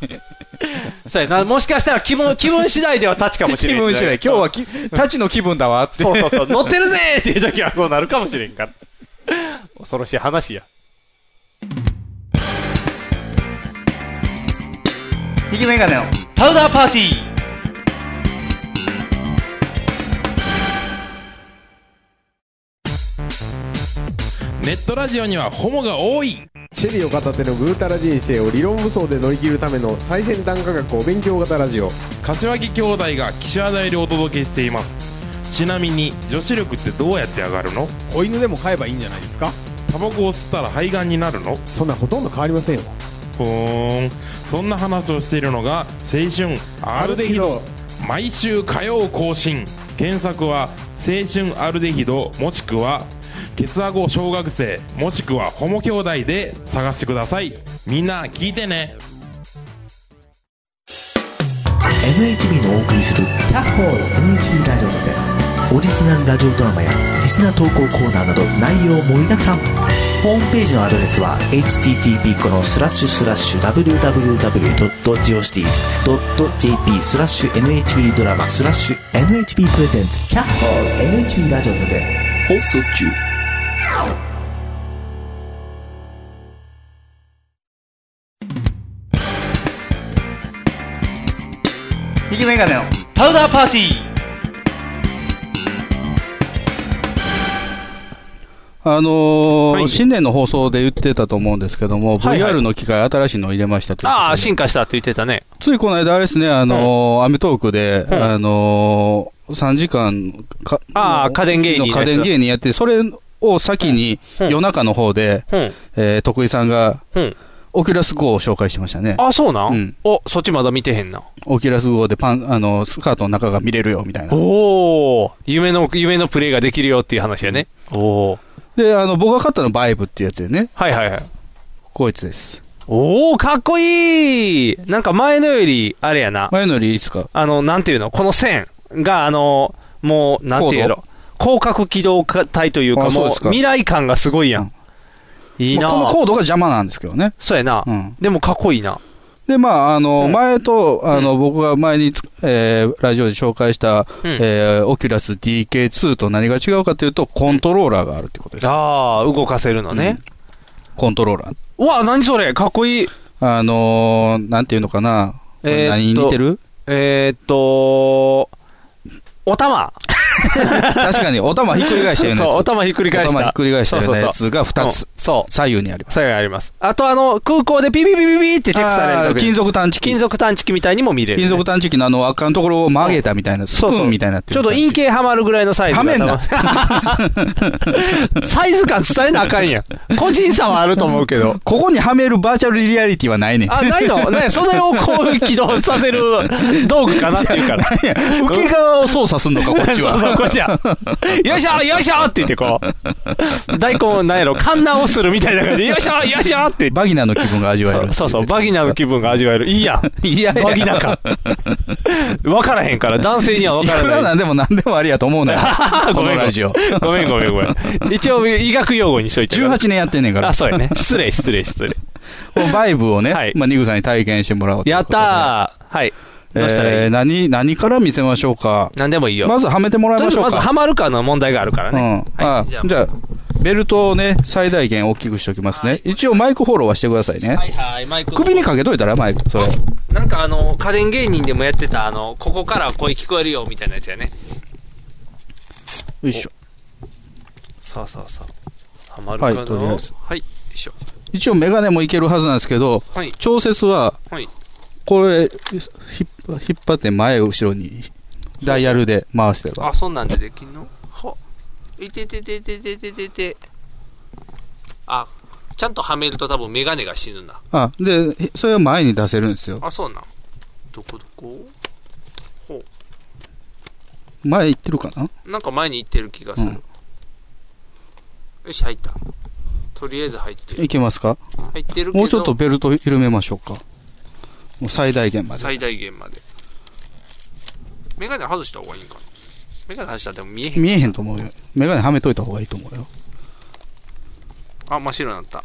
Speaker 2: そうやな。もしかしたら気 (laughs) 分、気分次第では立ちかもし
Speaker 3: 気
Speaker 2: れん。
Speaker 3: 分次第、今日はき、たちの気分だわって。
Speaker 2: (laughs) そうそうそう。乗ってるぜーっていう時はそうなるかもしれん (laughs) から。恐ろしい話や。
Speaker 3: ひげメガネの。
Speaker 2: パウダーパーティー
Speaker 4: ネットラジオにはホモが多い
Speaker 5: シェリーを片手のぐうたら人生を理論武装で乗り切るための最先端科学お勉強型ラジオ
Speaker 4: 柏木兄弟が岸和田よりお届けしていますちなみに女子力ってどうやって上がるの
Speaker 5: 子犬でも飼えばいいんじゃないですか
Speaker 4: タバコを吸ったら肺がんになるの
Speaker 5: そんなほとんど変わりませんよ
Speaker 4: ふーんそんな話をしているのが青春アルデヒド毎週火曜更新検索は青春アルデヒドもしくはケツアゴ小学生もしくはホモ兄弟で探してくださいみんな聞いてね
Speaker 6: NHB のお送りする「キャッホール NHB ラジオ」でオリジナルラジオドラマやリスナー投稿コーナーなど内容盛りだくさんホームページのアドレスは http このスラッシュスラッシュ www.geocities.jp スラッシュ NHB ドラマスラッシュ NHB プレゼンツキャッホール NHB ラジオで
Speaker 1: 放送中
Speaker 7: ひげメガネの
Speaker 2: パウダーパーティー
Speaker 3: あのー
Speaker 2: はい
Speaker 3: 新年の放送で言ってたと思うんですけども、
Speaker 2: はいはい
Speaker 3: VR の機械新しいのを入れましたということで
Speaker 2: ああ、進化したって言ってたね。
Speaker 3: ついこの間あれですね、あのーアメトークで、
Speaker 2: うん
Speaker 3: あのー、3時間か、
Speaker 2: あー
Speaker 3: の
Speaker 2: 家電芸人のやつ
Speaker 3: 家電芸人やって、それを先に、
Speaker 2: うん
Speaker 3: 夜中の方で、
Speaker 2: うん。
Speaker 3: えー徳井さんが、
Speaker 2: うん。
Speaker 3: オキュラス GO を紹介してましたね。
Speaker 2: ああ、そうな、
Speaker 3: うん
Speaker 2: お、そっちまだ見てへんな。
Speaker 3: オキュラス GO でパン、あの、スカートの中が見れるよ、みたいな。
Speaker 2: おお夢の、夢のプレイができるよっていう話やね。おお
Speaker 3: で、あの、僕が買ったのバイブっていうやつでね、
Speaker 2: はいはいはい。
Speaker 3: こいつです。
Speaker 2: おおかっこいいなんか前のより、あれやな。
Speaker 3: 前のよりいいですか
Speaker 2: あの、なんていうのこの線が、あの、もう、なんていうやろ。広角機動体というか、
Speaker 3: あそう
Speaker 2: もう
Speaker 3: ですか
Speaker 2: 未来感がすごいやん。いいな
Speaker 3: まあこのコードが邪魔なんですけどね。
Speaker 2: そうやな、
Speaker 3: うん
Speaker 2: でもかっこいいな。
Speaker 3: で、まあ、あの、
Speaker 2: うん
Speaker 3: 前と、あの、僕が前につ、えーラジオで紹介した、
Speaker 2: うん
Speaker 3: えーオキュラス DK2 と何が違うかというと、コントローラーがあるってことです。
Speaker 2: ああ、動かせるのね。
Speaker 3: コントローラー。
Speaker 2: うわ、何それかっこいい。
Speaker 3: あのーなんていうのかな。これ
Speaker 2: えーっと
Speaker 3: 何に似てる
Speaker 2: えー、っと、お玉。
Speaker 3: 確
Speaker 2: (laughs)
Speaker 3: かに、お玉ひっくり返したようなやつ。
Speaker 2: そう、お玉ひっくり返した。
Speaker 3: お玉ひっくり返したようなや
Speaker 2: そう
Speaker 3: つが
Speaker 2: そう
Speaker 3: 2
Speaker 2: そう
Speaker 3: つ、
Speaker 2: うんそう。
Speaker 3: 左右にあります。
Speaker 2: 作用あります。あと、あの、空港でピピピピピってチェックされる
Speaker 3: あ
Speaker 2: と
Speaker 3: ー
Speaker 2: き
Speaker 3: 金属探知機。
Speaker 2: 金属探知機みたいにも見れる、
Speaker 3: 金属探知機のあの、赤のところを曲げたみたいな、スプ
Speaker 2: そうそう
Speaker 3: ーンみたいになって
Speaker 2: ちょ
Speaker 3: る
Speaker 2: っと陰形はまるぐらいのサイズが。
Speaker 3: はめんな
Speaker 2: 多分 (laughs) サイズ感伝えなあかんやん。個人差はあると思うけど。
Speaker 3: ここにはめるバーチャルリアリティはないねん。
Speaker 2: あ、ないのね、それをこう起動させる道具かなっていうから。
Speaker 3: いや受け側を操作すんのか、こっちは。
Speaker 2: (laughs) そうそう、こっちは。よいしょよいしょって言ってこう。大根を何やろ、観覧をするみたいな感じで、よいしょよいしょって言って。
Speaker 3: バギナの気分が味わえる。
Speaker 2: そうそう、バギナの気分が味わえる。いいやん。
Speaker 3: いやいや
Speaker 2: バギ
Speaker 3: (laughs)
Speaker 2: ナか。わからへんから、男性にはわ
Speaker 3: い
Speaker 2: から
Speaker 3: くら
Speaker 2: な。。
Speaker 3: ないんでも何でもありやと思うなよこ
Speaker 2: (laughs) ごめ
Speaker 3: の
Speaker 2: ん
Speaker 3: ラジオ。
Speaker 2: ごめんごめんごめん。一応、医学用語にしといて。
Speaker 3: 18年やってんねんから。
Speaker 2: あ、そうやね。失礼、失礼、失礼。
Speaker 3: このバイブをね、
Speaker 2: はい
Speaker 3: まあ、ニグさんに体験してもらおうという
Speaker 2: や
Speaker 3: こ
Speaker 2: っ
Speaker 3: とで
Speaker 2: たー。はい。どうしたら
Speaker 3: え
Speaker 2: い
Speaker 3: ー
Speaker 2: い
Speaker 3: 何、何から見せましょうか。
Speaker 2: 何でもいいよ。
Speaker 3: まずはめてもらいま
Speaker 2: とりあえ
Speaker 3: し
Speaker 2: ず
Speaker 3: ょう
Speaker 2: まず
Speaker 3: か。
Speaker 2: ハマるかの問題があるから
Speaker 3: う
Speaker 2: ね
Speaker 3: ん。。あ
Speaker 2: はい。じゃあ
Speaker 3: じゃあ、ベルトをね、最大限大きくしておきます
Speaker 2: はい
Speaker 3: ね。一応マイクフォローはしてくださいね
Speaker 2: は。いはい、マイク。
Speaker 3: 首にかけといたら、マイク。それ。
Speaker 2: なんかあの、家電芸人でもやってた、あの、ここから声聞こえるよみたいなやつやね。
Speaker 3: よいしょ。
Speaker 2: そうそうそう。ハマる
Speaker 3: は
Speaker 2: か
Speaker 3: い
Speaker 2: な、はい、
Speaker 3: とりあえず
Speaker 2: よいしょ。
Speaker 3: 一応メガネもいけるはずなんですけど、
Speaker 2: はい。
Speaker 3: 調節は、
Speaker 2: はい。
Speaker 3: これ、ひ引っ張って前、後ろに、ダイヤルで回してれば
Speaker 2: あ、そんなんでできんのはいてててててててて。あ、ちゃんとはめると多分メガネが死ぬな。
Speaker 3: あ、で、それを前に出せるんですよ。
Speaker 2: あ、そうなん。どこどこ
Speaker 3: 前行ってるかな
Speaker 2: なんか前に行ってる気がする。
Speaker 3: うん
Speaker 2: よし、入った。とりあえず入ってる。
Speaker 3: いけますか
Speaker 2: 入ってるけど、
Speaker 3: もうちょっとベルト緩めましょうか。もう最大限まで。
Speaker 2: 最大限まで。メガネ外した方がいいんかな。メガネ外したらでも見えへん。
Speaker 3: 見えへんと思うよ。メガネはめといた方がいいと思うよ。
Speaker 2: あ、真っ白になった。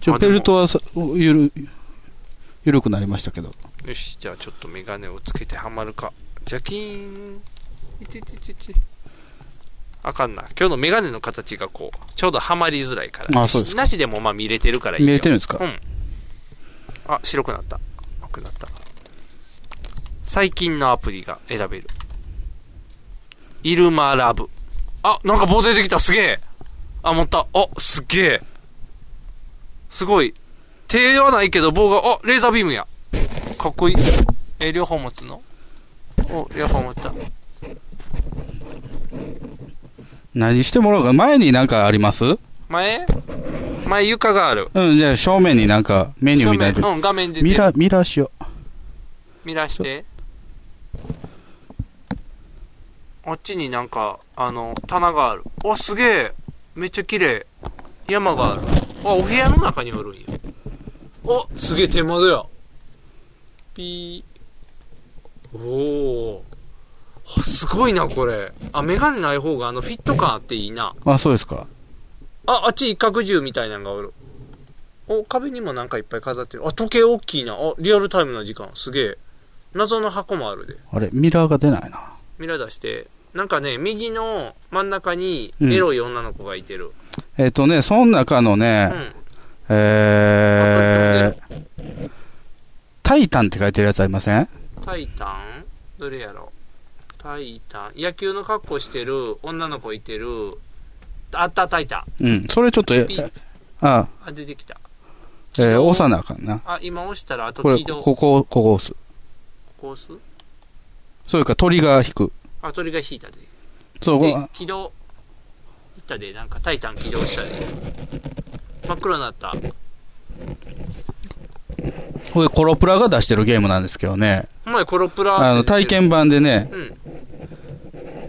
Speaker 3: ちょ、
Speaker 2: あで
Speaker 3: ベ
Speaker 2: も
Speaker 3: ルトはさゆる、ゆるくなりましたけど。
Speaker 2: よし、じゃあちょっとメガネをつけてはまるか。ジャキーン。いてててて。あかんな。今日のメガネの形がこう、ちょうどはまりづらいから。
Speaker 3: あそうです
Speaker 2: なしでもまあ見れてるからいいよ。
Speaker 3: 見れてるんですか
Speaker 2: うん。あ、白くなった。青くなった。最近のアプリが選べる。イルマラブ。あ、なんか棒出てきた。すげえ。あ、持った。あ、すげえ。すごい。手はないけど棒が、あ、レーザービームや。かっこいい。えー両方持つのお、両方持った。
Speaker 3: 何してもらおうか。前になんかあります
Speaker 2: 前前床がある。
Speaker 3: うん、じゃあ正面になんかメニューみたい
Speaker 2: 正
Speaker 3: な。
Speaker 2: 面うん、画面で
Speaker 3: ミラー、ミラーしよう。
Speaker 2: 見らして。あっちになんか、あの、棚がある。お、すげえめっちゃ綺麗山がある。あ、お部屋の中にあるんや。お、すげえ天窓や。ピー。おー。あすごいな、これ。あ、メガネない方があのフィット感あっていいな。
Speaker 3: あ、そうですか。
Speaker 2: あ、あっち一角銃みたいなのがおる。お、壁にもなんかいっぱい飾ってる。あ、時計大きいな。あ、リアルタイムな時間。すげえ。謎の箱もあるで。
Speaker 3: あれ、ミラーが出ないな。
Speaker 2: ミラー出して。なんかね、右の真ん中に
Speaker 3: うん
Speaker 2: エロい女の子がいてる。
Speaker 3: えっ、とね、その中の
Speaker 2: う
Speaker 3: ね、
Speaker 2: ん。
Speaker 3: えー、タイタンって書いてるやつありません
Speaker 2: タイタンどれやろタイタン。野球の格好してる女の子いてる。あった、タイタ
Speaker 3: うん。それちょっと、え
Speaker 2: ン。ピッ。
Speaker 3: あ、
Speaker 2: あ、出てきた。
Speaker 3: えー、押さなあかんな。
Speaker 2: あ、今押したら、あと
Speaker 3: これ、
Speaker 2: 起動。
Speaker 3: ここ、ここ押す。
Speaker 2: こう押す
Speaker 3: そういうか、鳥が引く。
Speaker 2: あ、鳥が引いたで。
Speaker 3: そう、こ
Speaker 2: で、起動。いったで、なんか、タイタン起動したで。真っ黒になった。
Speaker 3: これコロプラが出してるゲームなんですけどね、
Speaker 2: お前、コロプラ
Speaker 3: あの、体。験版でね、
Speaker 2: うん。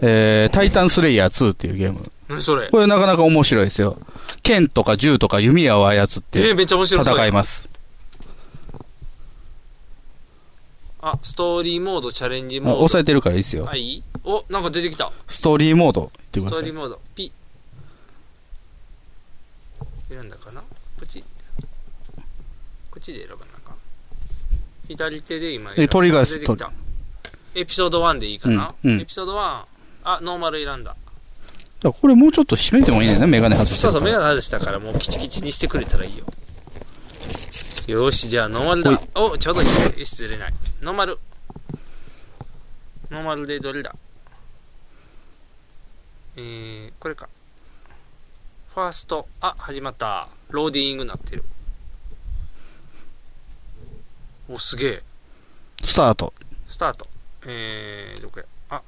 Speaker 3: えー、タイタンスレイヤー2っていうゲーム。
Speaker 2: 何それ。
Speaker 3: これなかなか面白いですよ。剣とか銃とか弓矢を操っ
Speaker 2: えー
Speaker 3: て
Speaker 2: めっちゃ面白そう。
Speaker 3: 戦います。
Speaker 2: あ、ストーリーモード、チャレンジ
Speaker 3: あ
Speaker 2: モード。
Speaker 3: 押さえてるからいいですよ
Speaker 2: は。いお、なんか出てきた。
Speaker 3: ストーリーモードって言
Speaker 2: ス
Speaker 3: ってくださ
Speaker 2: トーリ
Speaker 3: い
Speaker 2: ー。モード。ピ選んだかなポチ。こっちで選ばなあかん。左手で今
Speaker 3: えトリガー
Speaker 2: 出てきた。エピソード1でいいかな、
Speaker 3: うんうん
Speaker 2: エピソード1。あ、ノーマル選んだ。
Speaker 3: だからこれもうちょっと閉めてもいいねんな、メガネ外して
Speaker 2: そ
Speaker 3: る
Speaker 2: うそ
Speaker 3: か
Speaker 2: う、目
Speaker 3: ら。
Speaker 2: が外したからもうキチキチにしてくれたらいいよ。よし、じゃあノーマルだ。お、ちょうどいい。え失礼ない。ノーマル。ノーマルでどれだえー、これか。ファースト。あ、始まった。ローディングなってる。お、すげえ。
Speaker 3: スタート。
Speaker 2: スタート。えー、どこや。あ、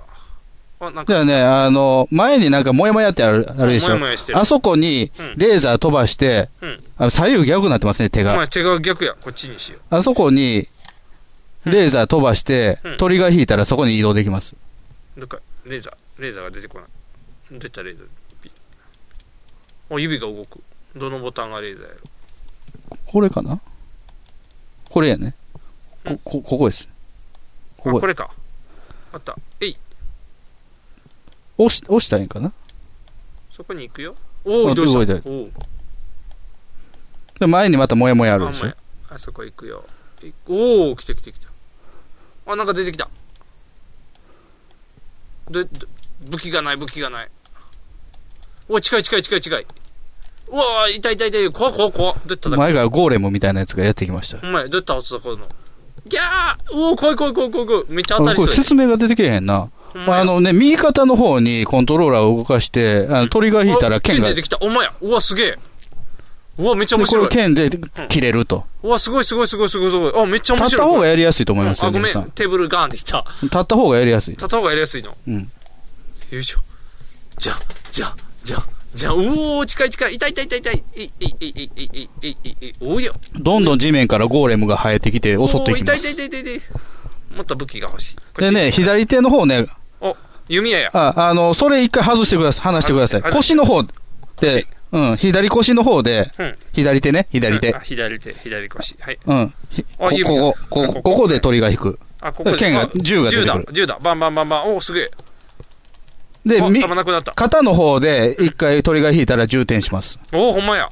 Speaker 2: あ、なん
Speaker 3: じゃ
Speaker 2: か、
Speaker 3: あね、あの、前になんかモヤモヤってある、あるでし
Speaker 2: もや
Speaker 3: ょ
Speaker 2: も。やしてる
Speaker 3: あ。そこに
Speaker 2: うん
Speaker 3: レーザー飛ばして、
Speaker 2: うん。
Speaker 3: あ左右逆になってますね、手
Speaker 2: お
Speaker 3: が。
Speaker 2: 前手が逆や。こっちにしよう。
Speaker 3: あそこに、レーザー飛ばして
Speaker 2: うん、
Speaker 3: 鳥が引いたらそこに移動できます。
Speaker 2: なんかレーザーレーザーが出てこないどうやったらレーザーピお指が動くどのボタンがレーザーやろ
Speaker 3: これかなこれやね。こ、こ、ここです。こ
Speaker 2: あこ
Speaker 3: こ、
Speaker 2: れかあったえい
Speaker 3: 押し、押したらいいんかな
Speaker 2: そこに行くよおお
Speaker 3: あ
Speaker 2: 移動した
Speaker 3: 動いた
Speaker 2: おお
Speaker 3: で、前にまたモヤモヤあ
Speaker 2: あ
Speaker 3: るでし
Speaker 2: ほんま
Speaker 3: ょ
Speaker 2: や。あそこ行くよいおお来て来て来たあなんか出てきたでで武器がない武器がないおい近い近い近い近いうわー痛い痛い痛い怖い怖い怖いどうやっただ
Speaker 3: 前からゴーレムみたいなやつがやってきました。
Speaker 2: お前、どうやって落とすのギャーおお、怖い怖い怖い怖い怖い。めっちゃ当たりそ
Speaker 3: こ
Speaker 2: う
Speaker 3: れ
Speaker 2: やで。
Speaker 3: 説明が出てけえへんな。
Speaker 2: ほんま
Speaker 3: まあ、
Speaker 2: や
Speaker 3: あ、のね、右肩の方にコントローラーを動かして、あの鳥が引いたら剣
Speaker 2: あ
Speaker 3: が、
Speaker 2: 出
Speaker 3: で
Speaker 2: てきた。お前や。うわ、すげえ。うわ、めっちゃ面
Speaker 3: これ
Speaker 2: 白
Speaker 3: を
Speaker 2: い。
Speaker 3: 剣で切れると。
Speaker 2: うわ、すごいすごいすごいすごいすごい。あ、めっちゃ面
Speaker 3: 立った
Speaker 2: 白い。
Speaker 3: 方が
Speaker 2: や
Speaker 3: やりやすいと思います
Speaker 2: あ、
Speaker 3: よ、
Speaker 2: ごめ
Speaker 3: 皆
Speaker 2: ん
Speaker 3: さん。。
Speaker 2: テーブルガーンってきた。
Speaker 3: 立った方がやりやすい。
Speaker 2: 立った方がやりやすいの。
Speaker 3: うん。
Speaker 2: よいしょ。じゃ、じゃ、じゃ、じゃ、うおー、近い近い。痛い痛い痛い痛い。えい、えい、えい、えい、えい、えい、えい、えい、おいよ。
Speaker 3: どんどん地面からゴーレムが生えてきて襲っていきま
Speaker 2: おー痛い
Speaker 3: す。
Speaker 2: 痛い痛い痛い痛い。もっと武器が欲しい。こっち
Speaker 3: でね、。左手の方ね、
Speaker 2: お、弓矢や。
Speaker 3: あ、あの、それ一回外してください。離してください。
Speaker 2: 外し
Speaker 3: 腰の方で、うん、左腰の方で、
Speaker 2: うん。
Speaker 3: 左手ね、左手
Speaker 2: あ。左手、左腰。はい。
Speaker 3: うん。ひこ
Speaker 2: あ指が
Speaker 3: ここ、ここ、ここで鳥が引く。
Speaker 2: あ、ここで
Speaker 3: 剣が
Speaker 2: あ
Speaker 3: 銃が出てくる
Speaker 2: 銃だ、銃だ。バンバンバンバン。おーすげえ。
Speaker 3: で、
Speaker 2: あ
Speaker 3: み、
Speaker 2: 弾なくなった。
Speaker 3: 肩の方で一回鳥が引いたら充填します。
Speaker 2: おお、ほんまや。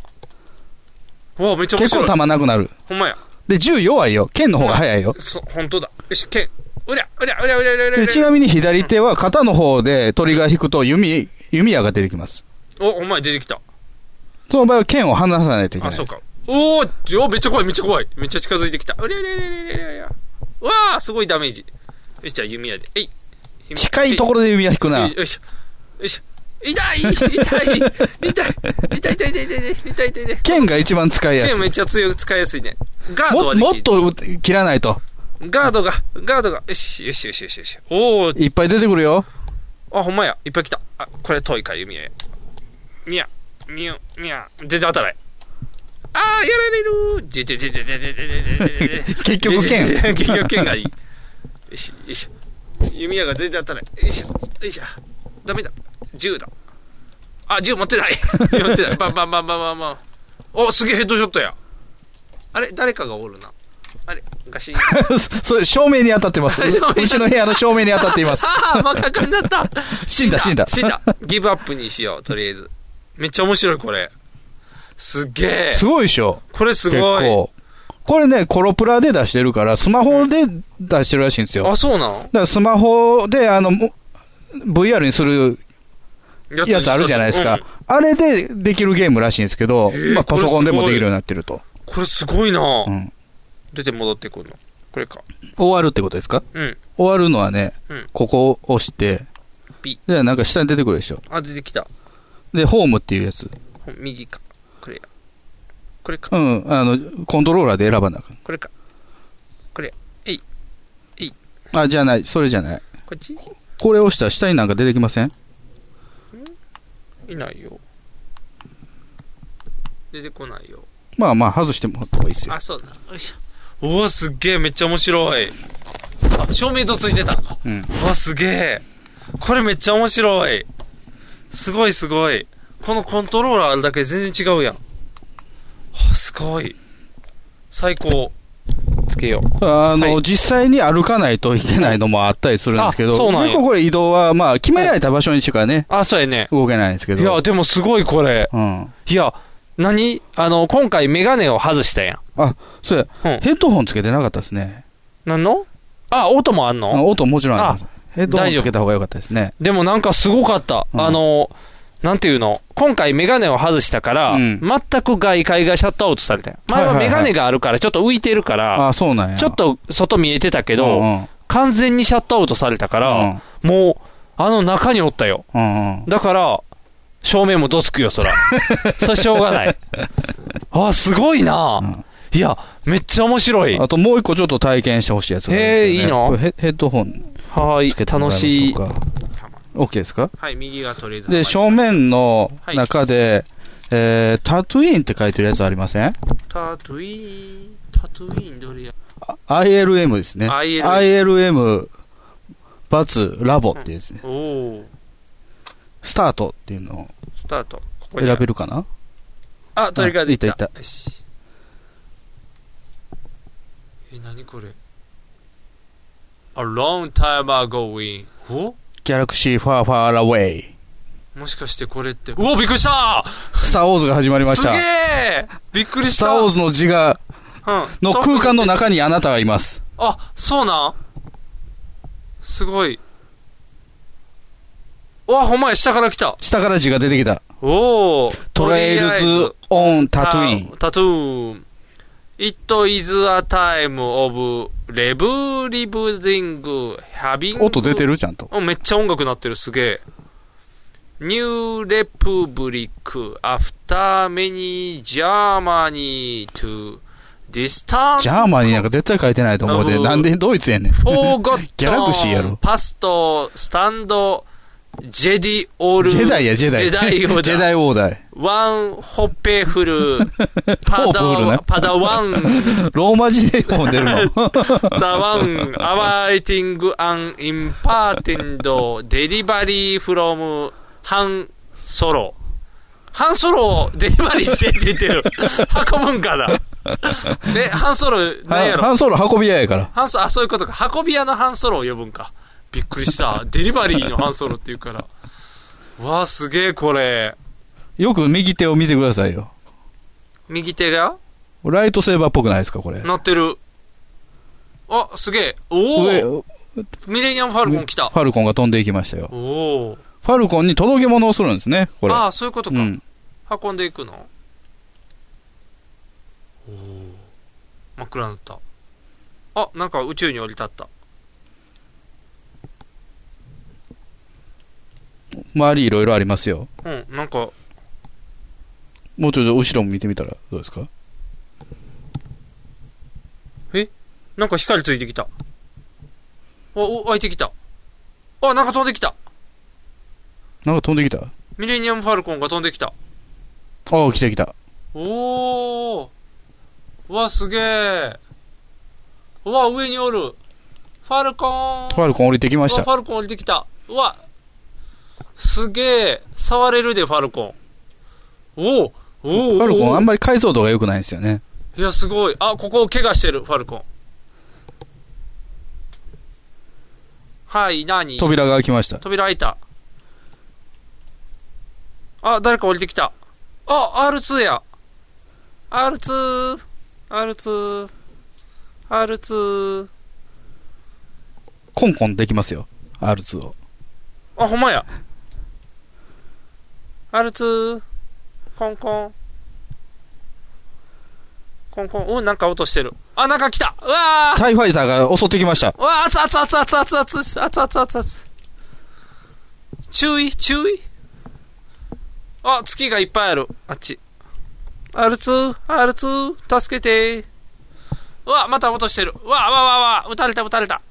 Speaker 2: おお、めっちゃ面
Speaker 3: 結
Speaker 2: 白
Speaker 3: 構
Speaker 2: い。
Speaker 3: 弾なくなる。
Speaker 2: ほんまや。
Speaker 3: で、銃弱いよ。剣の方が早いよ。
Speaker 2: そ、ほんとだ。よし、剣。うりゃ、うりゃ、うりゃ、うりゃ、うりゃ、うりゃ。
Speaker 3: でちなみに左手は肩の方で鳥が引くと弓、弓矢が出てきます。
Speaker 2: お、お前出てきた。
Speaker 3: その場合は剣を離さないといけ
Speaker 2: あ、
Speaker 3: ない
Speaker 2: そう。か。おお、じゃあめっちゃ怖い、めっちゃ怖い。めっちゃ近づいてきた。うりゃ、うりゃ、うりゃ、うりゃ、うりゃ。うわあ、すごいダメージ。よし、じゃあ弓矢で。えい。
Speaker 3: 近いところで弓矢引く
Speaker 2: ろ
Speaker 3: な。
Speaker 2: よいしょ。よいしょ。痛い痛い痛い痛い痛い痛い痛い痛い痛い痛い痛い
Speaker 3: 剣が一番使いや
Speaker 2: 剣
Speaker 3: す
Speaker 2: め
Speaker 3: い。
Speaker 2: っちゃ強い、使いやすいね。ガード
Speaker 3: も
Speaker 2: はできる。
Speaker 3: もっと打切らないと。
Speaker 2: ガードが、ガードが、よし、よしよしよしよし。おお、
Speaker 3: いっぱい出てくるよ。 (laughs)
Speaker 2: あ、ほんまや、いっぱい来た。あ、これ遠いから弓矢や。みや、みや、みや、全然当たらない。ー、やられるじゃじゃじゃじゃじゃじゃじゃじゃじゃ
Speaker 8: 結局剣
Speaker 2: じゃじゃじゃ結局剣がいい。よいしょ、よいしょ。弓矢が全然当たらない。よいしょ、よいしょ。ダメだ。銃だ。あ、銃持ってない。銃持ってない。バンバンバンバンバンバン。お、すげえヘッドショットや。あれ、誰かがおるな。あれ、ガシン。
Speaker 8: それ、照明に当たって
Speaker 2: (laughs)
Speaker 8: ます。
Speaker 2: 照明に当たっ
Speaker 8: うちの部屋の照明に当たっています。
Speaker 2: ああ、真っ赤になった。
Speaker 8: 死んだ、死んだ。
Speaker 2: (laughs) 死んだ。ギブアップにしよう、とりあえず。めっちゃ面白い、これ。すっげえ。
Speaker 3: すごいでしょ。
Speaker 2: これす
Speaker 3: 結
Speaker 2: ごい。
Speaker 3: 構。これね、コロプラで出してるから、スマホで出してるらしいんですよ。
Speaker 2: あ、
Speaker 3: だ
Speaker 2: そうなん
Speaker 3: からスマホで、あの、も VR にする
Speaker 2: や
Speaker 3: やつあるじゃないですか
Speaker 2: うん。
Speaker 3: あれでできるゲームらしいんですけど
Speaker 2: へー、
Speaker 3: まあパソコンでも
Speaker 2: これすごい
Speaker 3: できるようになってると。
Speaker 2: これすごいな、
Speaker 3: うん
Speaker 2: 出て戻ってくるの。これか。
Speaker 3: 終わるってことですか
Speaker 2: うん。
Speaker 3: 終わるのはね
Speaker 2: うん、
Speaker 3: ここを押して
Speaker 2: ピ、
Speaker 3: で、なんか下に出てくるでしょ。
Speaker 2: あ、出てきた。
Speaker 3: で、ホームっていうやつ。
Speaker 2: ほん右か。これや。これか。
Speaker 3: うん、あの、コントローラーで選ばなあかん
Speaker 2: これか。これ。えい。
Speaker 3: あ、じゃない、それじゃない。
Speaker 2: こっち
Speaker 3: これ押したら下になんか出てきません
Speaker 2: いないよ。出てこないよ。
Speaker 3: まあまあ、外してもらった方がいいですよ。
Speaker 2: あ、そうだ。よいしょ。うわ、すっげえ、めっちゃ面白い。あ、照明とついてた。
Speaker 3: うん。
Speaker 2: うわ、すげえ。これめっちゃ面白い。すごいすごい。このコントローラーあるだけで全然違うやん。はすごい。最高。つけよう。
Speaker 3: あの、
Speaker 2: はい
Speaker 3: 実際に歩かないといけないのもあったりするんですけ
Speaker 2: あ
Speaker 3: ど、
Speaker 2: そうなんや
Speaker 3: 結構これ移動は、まあ、決められた場所にしかね、
Speaker 9: あ、そうやね。
Speaker 3: 動けないんですけ
Speaker 9: いや、
Speaker 3: ど。
Speaker 9: でもすごいこれ。
Speaker 3: うん。
Speaker 9: いや、何あの、今回メガネを外したやん。
Speaker 3: あ、そうや、
Speaker 9: うん
Speaker 3: ヘッドホンつけてなかったですね。
Speaker 9: 何のあ、音もあん
Speaker 3: あ
Speaker 9: の
Speaker 3: 音もちろんあります。ヘッドホンつけた方が良かったですね。
Speaker 9: でもなんかすごかった。
Speaker 3: うん
Speaker 9: あの、なんていうの今回メガネを外したから、
Speaker 3: うん
Speaker 9: 全く外界がシャットアウトされたやん。前は
Speaker 3: はいはい
Speaker 9: メ
Speaker 3: はい
Speaker 9: ガネがあるからちょっと浮いてるから、
Speaker 3: あそうなんや。
Speaker 9: ちょっと外見えてたけ
Speaker 3: け
Speaker 9: ど、
Speaker 3: うんうん
Speaker 9: 完全にシャットアウトされたから、もう、あの中におったよ。
Speaker 3: うんうん
Speaker 9: だから、照明もどつくよ、そら。
Speaker 3: (laughs)
Speaker 9: それしょうがない。あ、すごいな、
Speaker 3: うん
Speaker 9: いや、めっちゃ面白い。
Speaker 3: あ
Speaker 9: は
Speaker 3: ともう一個ちょっと体験してほしいやつがあるんですよ、
Speaker 9: へ
Speaker 3: ね。
Speaker 9: ーいいの
Speaker 3: これヘヘッドホン
Speaker 9: ー
Speaker 3: つけ
Speaker 9: い、
Speaker 3: ても
Speaker 9: 楽
Speaker 3: らいまし
Speaker 9: し
Speaker 3: ょう
Speaker 9: い。
Speaker 3: か。OK ですか
Speaker 2: はい、右がとりあえず。
Speaker 3: で、
Speaker 2: はい
Speaker 3: 正面の中で、えー、タトゥインって書いてるやつありません
Speaker 2: タトゥイーン。タトゥイーンどれや
Speaker 3: ILM ですね。
Speaker 2: ILM
Speaker 3: ILM バツラボってやつね。
Speaker 2: おお。
Speaker 3: スタートっていうのを
Speaker 2: スタート。ここに
Speaker 3: 選
Speaker 2: ある
Speaker 3: べるかな
Speaker 2: あ、トリガーでいった。
Speaker 3: いったいっ
Speaker 2: よし。え、なにこれ ?A long time ago in. お
Speaker 3: ギャラクシーファーファーラウェイ。
Speaker 2: もしかしてこれって。うお、びっくりした
Speaker 3: スターウォーズが始まりまし
Speaker 2: すげ
Speaker 3: た。
Speaker 2: えびっくりし
Speaker 3: ス
Speaker 2: た
Speaker 3: ターウォーズの字が、
Speaker 2: うん
Speaker 3: の空間の中にあなたがいます。
Speaker 2: あ、そうなんすごい。うわ、ほんまや、下から来た。
Speaker 3: 下から字が出てきた。
Speaker 2: おお。
Speaker 3: トレイルズ・オン・タトゥイン。
Speaker 2: タトゥーン。It is a time of rebuilding, having...
Speaker 3: 音出てるちゃんと。
Speaker 2: あめっちゃ音楽なってる、すげえ。ニューレプブリック、アフターメニー、ジャーマニー、トゥ、ディスタン
Speaker 3: (laughs) ジャーマニーなんか絶対書いてないと思う
Speaker 2: あ
Speaker 3: で、
Speaker 2: の
Speaker 3: なんでドイツやねん。
Speaker 2: フォーゴッ
Speaker 3: ギャラクシーやろ
Speaker 2: パスト、スタンド、ジェディオール。
Speaker 3: ジェダイや、ジェダイ。
Speaker 2: ジェダイオー
Speaker 3: (laughs)
Speaker 2: ダ
Speaker 3: ジェダイオーダイ。
Speaker 2: ワン、ホッペフル、
Speaker 3: (laughs) ホ
Speaker 2: パ
Speaker 3: ープ
Speaker 2: ダ
Speaker 3: フルね
Speaker 2: パダワン、
Speaker 3: ローマ字で読んでるの。
Speaker 2: ザワン、アワイティング、アン、インパーテンド、デリバリーフロム、ハン、ソロ。ハンソロをデリバリーしてって言ってる。運ぶんかな。で、ハンソロ、 (laughs) なんや
Speaker 3: (laughs)
Speaker 2: ろ
Speaker 3: ハ。ンソロ運び屋やから。
Speaker 2: ハンソあ、そういうことか。運び屋のハンソロを呼ぶんか。びっくりした。デリバリーのハンソロって言うから。わあ、すげえ、これ。
Speaker 3: よく右手を見てくださいよ。
Speaker 2: 右手が
Speaker 3: ライトセーバーっぽくないですか、これ。
Speaker 2: なってる。あ、すげえ。お
Speaker 3: 上、
Speaker 2: お
Speaker 3: フ
Speaker 2: ミレニアムファルコン来た。
Speaker 3: ァルコンが飛んでいきましたよ。
Speaker 2: おお。
Speaker 3: ファルコンに届け物をするんですね、これ。
Speaker 2: ああ、そういうことか。
Speaker 3: うん。
Speaker 2: 運んでいくのおお。真っ暗になった。あ、なんか宇宙に降り立った。
Speaker 3: 周りいろいろありますよ。
Speaker 2: うん、なんか、
Speaker 3: もうちょっと後ろも見てみたらどうですか
Speaker 2: なんか光ついてきた。あ、お、開いてきた。あ、なんか飛んできた。
Speaker 3: なんか飛んできた
Speaker 2: ミレニアムファルコンが飛んできた。
Speaker 3: ああ、来た来た。
Speaker 2: おー。うわ、すげえ。うわ、上におる。ファルコーン。
Speaker 3: ファルコン降りてきまし
Speaker 2: うわ
Speaker 3: た
Speaker 2: フ。ァルコン降りてきた。うわ。すげえ。触れるで、ファルコン。おおおお
Speaker 3: ファルコンあん
Speaker 2: ま
Speaker 3: まり解像度が良くないんですよね。
Speaker 2: いや、すごい。あ、ここを怪我してる、ファルコン。はい、なに
Speaker 3: 扉が開きました。
Speaker 2: 扉開いた。あ、誰か降りてきた。あ、R2 や。R2、R2、R2。
Speaker 3: コンコンできますよ。R2 を。
Speaker 2: あ、ほんまや。R2、コンコン。コンコン。うん、なんか音してる。あ、なんか来た。うわー
Speaker 3: タイファイターが襲ってきました。
Speaker 2: うわー、熱々熱々熱々熱々熱々熱々注意注意あ、月がいっぱいある。あっち。R2、R2、助けてうわ、また落としてる。うわ、わわわ、撃たれた撃たれた。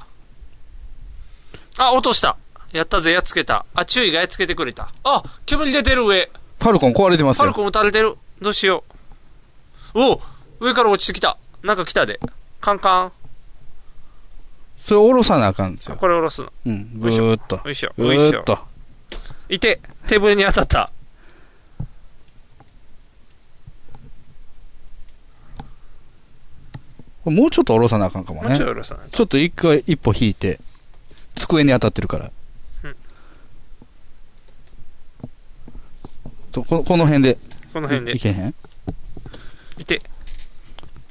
Speaker 2: あ、落とした。やったぜ、やっつけた。あ、注意がやっつけてくれた。あ、煙出てる上。
Speaker 3: ファルコン壊れてます
Speaker 2: パル
Speaker 3: よ。
Speaker 2: コン撃たれてる。どうしよう。おう上から落ちてきた。なんか来たで。カンカン。
Speaker 3: それを下ろさなあかんんですよ。
Speaker 2: これ下ろすの。
Speaker 3: うん。
Speaker 2: よ
Speaker 3: ぐ
Speaker 2: いしょ
Speaker 3: ーっと。
Speaker 2: よいしょ。
Speaker 3: ぐ
Speaker 2: よいし
Speaker 3: ー
Speaker 2: ょ
Speaker 3: っ。と。
Speaker 2: いて、テーブルに当たった。
Speaker 3: これもうちょっと下ろさなあかんかも
Speaker 2: もう
Speaker 3: ね
Speaker 2: ちょい。下ろさないと。
Speaker 3: ちょっと一回一歩引いて、机に当たってるから。
Speaker 2: うん
Speaker 3: とここの辺で
Speaker 2: この辺で
Speaker 3: い。けへん
Speaker 2: いて。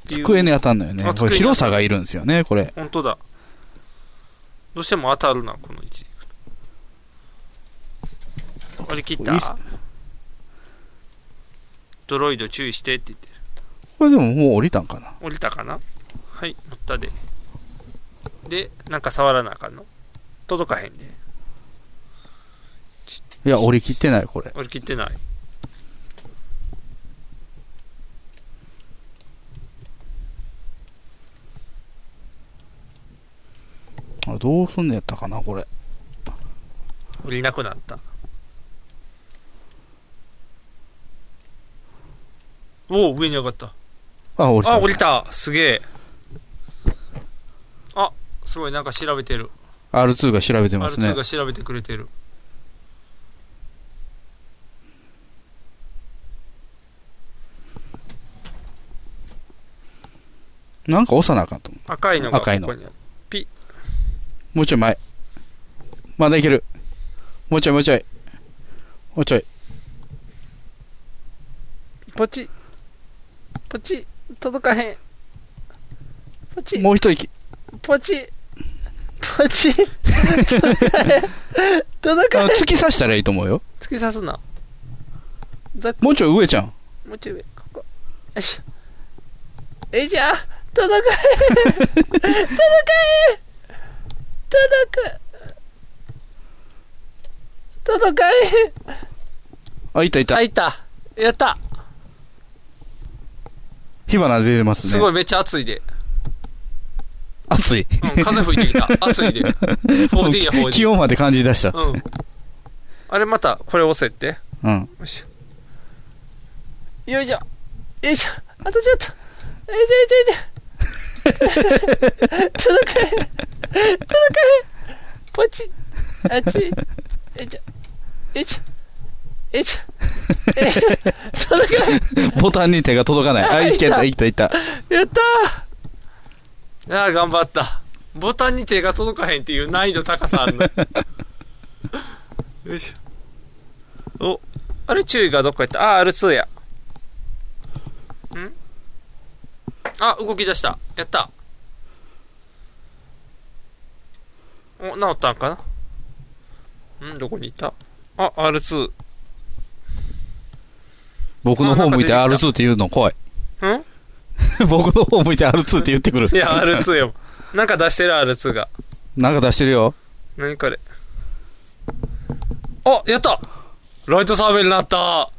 Speaker 3: 机に当たんのよね
Speaker 2: あ。
Speaker 3: こ
Speaker 2: 机に当たる
Speaker 3: れ広さがいるんですよね、これ。
Speaker 2: 本当だ。どうしても当たるな、この位置。割り切っ
Speaker 3: いいっす
Speaker 2: たドロイド注意してって言ってる。
Speaker 3: これでももう降りたんかな。
Speaker 2: 降りたかなはい、乗ったで。で、なんか触らなあかんの届かへんで。
Speaker 3: いや、降りきってない、これ。
Speaker 2: 俺切ってない
Speaker 3: あどうすんのやったかな、これ。
Speaker 2: 降りなくなったおお上に上がった
Speaker 3: あ、降りた。
Speaker 2: あ降りたすげえあすごいなんか調べてる
Speaker 3: R2 が調べてます
Speaker 2: R2
Speaker 3: ね
Speaker 2: が。調べてくれてる
Speaker 3: なんか押さなあかんと思
Speaker 2: 赤いのがここ
Speaker 3: 赤い
Speaker 2: に
Speaker 3: のう。もうちょい前。まだいける。もうちょい、もうちょい。もうちょい。
Speaker 2: ポチポチ届かへんポチ
Speaker 3: もう一息。
Speaker 2: ポチポチ届
Speaker 3: あ
Speaker 2: かへん届かへん
Speaker 3: の突き刺したらいいと思うよ。
Speaker 2: 突き刺すなざ
Speaker 3: もうちょい上ちゃん。
Speaker 2: もうちょい上、ここ。よいしょ。えいじゃあ、届かへん届かへん届く届かへん
Speaker 3: あ、いたいた
Speaker 2: あ、。いた。やった。
Speaker 3: 火花出てますね。
Speaker 2: すごい、めっちゃ暑いで。
Speaker 3: 暑い。
Speaker 2: うん、風吹いてきた。
Speaker 3: (laughs)
Speaker 2: 暑いで。4D や 4D。
Speaker 3: 気温まで感じ出した。
Speaker 2: うん。あれ、また、これ押せって。
Speaker 3: うん。
Speaker 2: よいしょ。よいしょ。よいしょ。あとちょっと。よいしょ、よいしょ、よいしょ。届かへん。届かへん。ポチッ。あっち。よいしょ。よいしょ。よいしょ。えい届かへん。
Speaker 3: ボタンに手が届かない。あ、
Speaker 2: あ
Speaker 3: いけた、
Speaker 2: い
Speaker 3: いた、いた。
Speaker 2: やったーああ、頑張った。ボタンに手が届かへんっていう難易度高さあるの。よいしょ。お、あれ注意がどっか行った。あー、R2 や。んあ、動き出した。やった。お、治ったんかなんどこにいたあ、R2。ん
Speaker 3: 僕の方向いて R2 って言うの怖い。 (laughs) 僕の方向いて R2 って言ってくる。
Speaker 2: いや、R2 よ。なんか出してる R2 が。
Speaker 3: なんか出してるよ。
Speaker 2: 何これあやったライトサーベルになった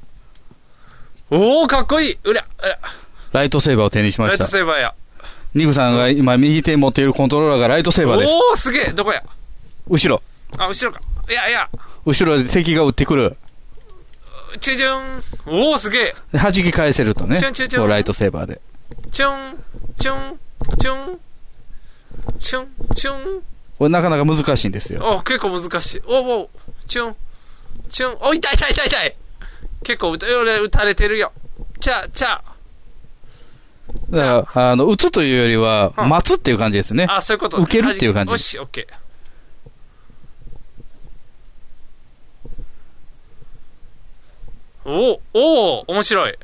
Speaker 2: おおかっこいいうりゃうりゃ
Speaker 3: ライトセーバーを手にしま
Speaker 2: ライ
Speaker 3: し
Speaker 2: ト
Speaker 3: た。
Speaker 2: セーバーや
Speaker 3: ニグさんが今右手に持っているコントローラーがライトセーバーです。
Speaker 2: おおすげえどこや
Speaker 3: 後ろ。
Speaker 2: あ後ろかいやいや
Speaker 3: 後ろで敵が撃ってくる。
Speaker 2: チュジュンおおすげえ
Speaker 3: で弾き返せるとね。
Speaker 2: チュンチュンチュン
Speaker 3: こうライトセーバーで。
Speaker 2: チョン、チョン、チョン、チョン、チョン。
Speaker 3: これなかなか難しいんですよ。
Speaker 2: お、結構難しい。おお、チョン、チョン。お、痛い痛い痛い痛い。結構打た俺打たれてるよ。チャ、チャ。
Speaker 3: だから、あの、打つというよりは、
Speaker 2: うん
Speaker 3: 待つっていう感じですね。
Speaker 2: あ、そういうこと、
Speaker 3: 受けるっていう感じ
Speaker 2: よし、オッケー。おおお面白い。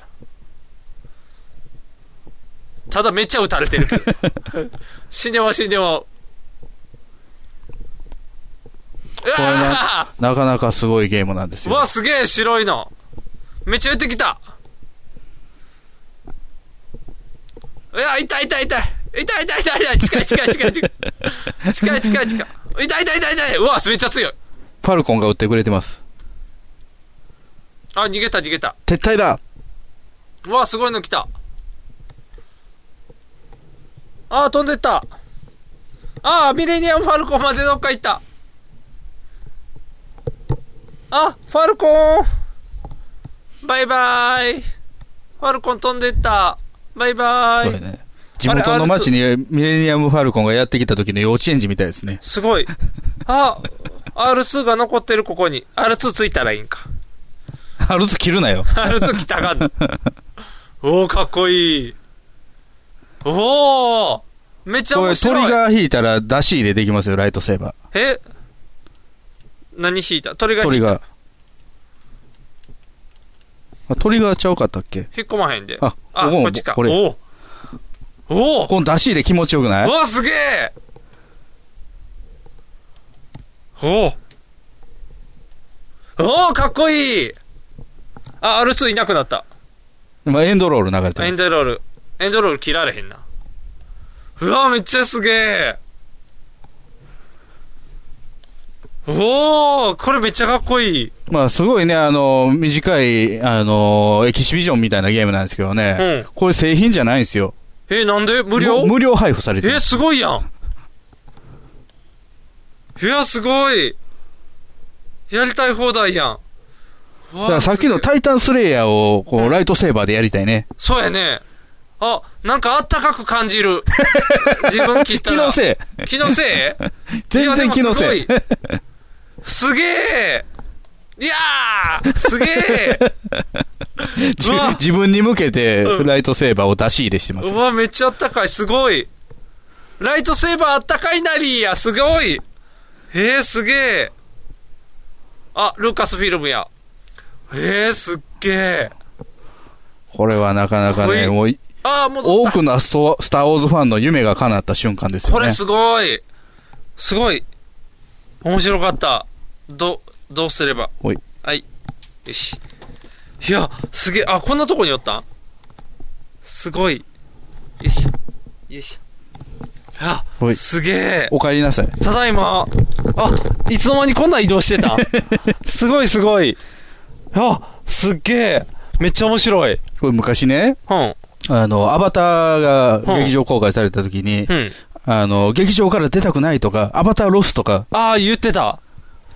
Speaker 2: ただめっちゃ打たれて
Speaker 3: (laughs)
Speaker 2: るけど。死んでも死んでも。う
Speaker 3: これ
Speaker 2: わ
Speaker 3: な、なかなかすごいゲームなんです
Speaker 2: ーう
Speaker 3: よ
Speaker 2: わ、。すげえ白いの。めっちゃ打ってきた。うわ、痛い痛い痛い。痛い痛い痛い痛い。近い近い近い近い。近い近い近い。痛い痛い痛い痛い。うわ、めっちゃ強い。
Speaker 3: ファルコンが打ってくれてます。
Speaker 2: あ、逃げた逃げた。
Speaker 3: 撤退だ
Speaker 2: うわ、すごいの来た。あー、飛んでった。あー、ミレニアムファルコンまでどっか行った。あ、ファルコン。バイバイ。ファルコン飛んでった。バイバ
Speaker 3: これ
Speaker 2: イ。
Speaker 3: ね。地元の町にミレニアム・ファルコンがやってきた時の幼稚園児みたいですね。
Speaker 2: す
Speaker 3: (laughs)
Speaker 2: ごい。あ、R2 が残ってるここに。R2 ついたらいいんか。
Speaker 3: あルツ切るなよ。
Speaker 2: R2 来た
Speaker 3: (laughs)
Speaker 2: がん。おお、かっこいい。おおめっちゃ
Speaker 3: こ
Speaker 2: 面
Speaker 3: れト
Speaker 2: 白い。
Speaker 3: リガー引いたら出し入れできますよ、ライトセーバ
Speaker 2: え何引いたトリガ
Speaker 3: ー。
Speaker 2: ー
Speaker 3: ト
Speaker 2: 引
Speaker 3: リ
Speaker 2: いた
Speaker 3: ガー。あトリガーちゃうかったっけ
Speaker 2: 引っ込まへんで。
Speaker 3: あここ
Speaker 2: こ
Speaker 3: も
Speaker 2: っちか。
Speaker 3: これ
Speaker 2: おうおう
Speaker 3: この出し入れ気持ちよくな
Speaker 2: う
Speaker 3: い
Speaker 2: わ、すげえおうおうかっこいいあ、R2 いなくなった。
Speaker 3: まあエンドロール流れてま
Speaker 2: エン
Speaker 3: す。
Speaker 2: ドロール。エンドロール切られへんな。うわ、めっちゃすげえおおこれめっちゃかっこいい。
Speaker 3: まあすごいね、あの、短い、あの、エキシビジョンみたいなゲームなんですけど
Speaker 2: うん。
Speaker 3: ね。
Speaker 2: え
Speaker 3: これ製品じゃないんですよ。
Speaker 2: なんで無料
Speaker 3: 無料配布されて
Speaker 2: え
Speaker 3: ま
Speaker 2: ー、
Speaker 3: す。
Speaker 2: すごいやん。いや、すごい。やりたい放題やん。
Speaker 3: だ
Speaker 2: わ
Speaker 3: か
Speaker 2: あ
Speaker 3: らさっきの
Speaker 2: すげえ
Speaker 3: タイタンスレイヤーを、こ
Speaker 2: うん
Speaker 3: う、ライトセーバーでやりたいね。
Speaker 2: そうやね。あ、なんかあったかく感
Speaker 3: (laughs)
Speaker 2: じる。自分切った
Speaker 3: 気
Speaker 2: ら。
Speaker 3: のせい
Speaker 2: い。気のせい
Speaker 3: 全然気のせい
Speaker 2: や。でもすごいすげえいやーすげえ
Speaker 3: 自
Speaker 2: うわ
Speaker 3: (laughs) 自分に向けて、
Speaker 2: うん
Speaker 3: ライトセーバーを出し入れしてます
Speaker 2: う。わ、めっちゃあったかい。すごい。ライトセーバーあったかいなりや。すごい。えー、すげえ。あ、ルーカスフィルムや。えー、すっげえ。
Speaker 3: これはなかなか
Speaker 2: これ
Speaker 3: ね、もう、
Speaker 2: あー、戻っ
Speaker 3: 多
Speaker 2: た。
Speaker 3: くのストスター・ウォーズファンの夢が叶った瞬間です
Speaker 2: こ
Speaker 3: よ
Speaker 2: れ
Speaker 3: ね。
Speaker 2: すごい。すごい。面白かった。ど、どうすれば。
Speaker 3: ほい
Speaker 2: はい。よし。いや、すげえ。あ、こんなとこにおったんすごい。よいしょ。よいしょ。あ
Speaker 3: ほ、い
Speaker 2: すげえ。
Speaker 3: お帰りなさい。
Speaker 2: ただいま。あ、いつの間にこんな移動して (laughs) たすごいすごい。あ、すっげえ。めっちゃ面白い。
Speaker 3: これ昔ね、
Speaker 2: うん。
Speaker 3: あの、アバターが
Speaker 2: うん
Speaker 3: 劇場公開された時に
Speaker 2: う、ん。
Speaker 3: あの、劇場から出たくないとか、アバターロスとか、
Speaker 2: ああ、言ってた。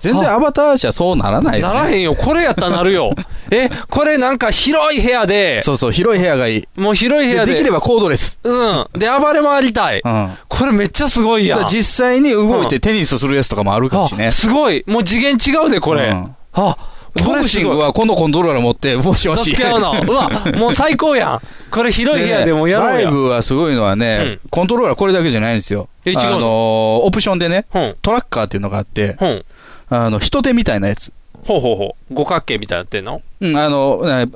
Speaker 3: 全然
Speaker 10: あ
Speaker 3: アバターじゃそうならないよ
Speaker 2: な
Speaker 3: ね。
Speaker 2: らへんよ。これやったらなる (laughs) よ。え、これなんか広い部屋で、
Speaker 3: そうそう、広い部屋がいい。
Speaker 2: もう広い部
Speaker 3: で
Speaker 2: 屋で。
Speaker 3: できればコードレス。
Speaker 2: うん。で、暴れ回りたい。
Speaker 3: うん。
Speaker 2: これめっちゃすごいやん。
Speaker 3: 実際に動いうてテニスするやつとかもあるからしね
Speaker 2: あ。すごい。もう次元違うで、これ。
Speaker 3: うん
Speaker 2: あ、こ
Speaker 3: ボ
Speaker 2: れ
Speaker 3: ク
Speaker 2: す
Speaker 3: シング
Speaker 2: ごい。
Speaker 3: はこのコントローラー持って、もしもし。
Speaker 2: 助け合う
Speaker 3: (laughs)
Speaker 2: の。うわ、もう最高やん。これ広い部屋でもやろう
Speaker 3: ね
Speaker 2: や
Speaker 3: ライ
Speaker 2: ん。
Speaker 3: ブはすごいのはね、
Speaker 2: う
Speaker 3: コントローラーこれだけじゃないんですよ。
Speaker 2: え違うの
Speaker 3: あのーオプションでね、
Speaker 2: ほん。
Speaker 3: トラッカーっていうのがあって、
Speaker 2: ほん。
Speaker 3: あの、人手みたいなやつ。
Speaker 2: ほうほうほう。五角形みたいになってんの
Speaker 3: うん、あの、え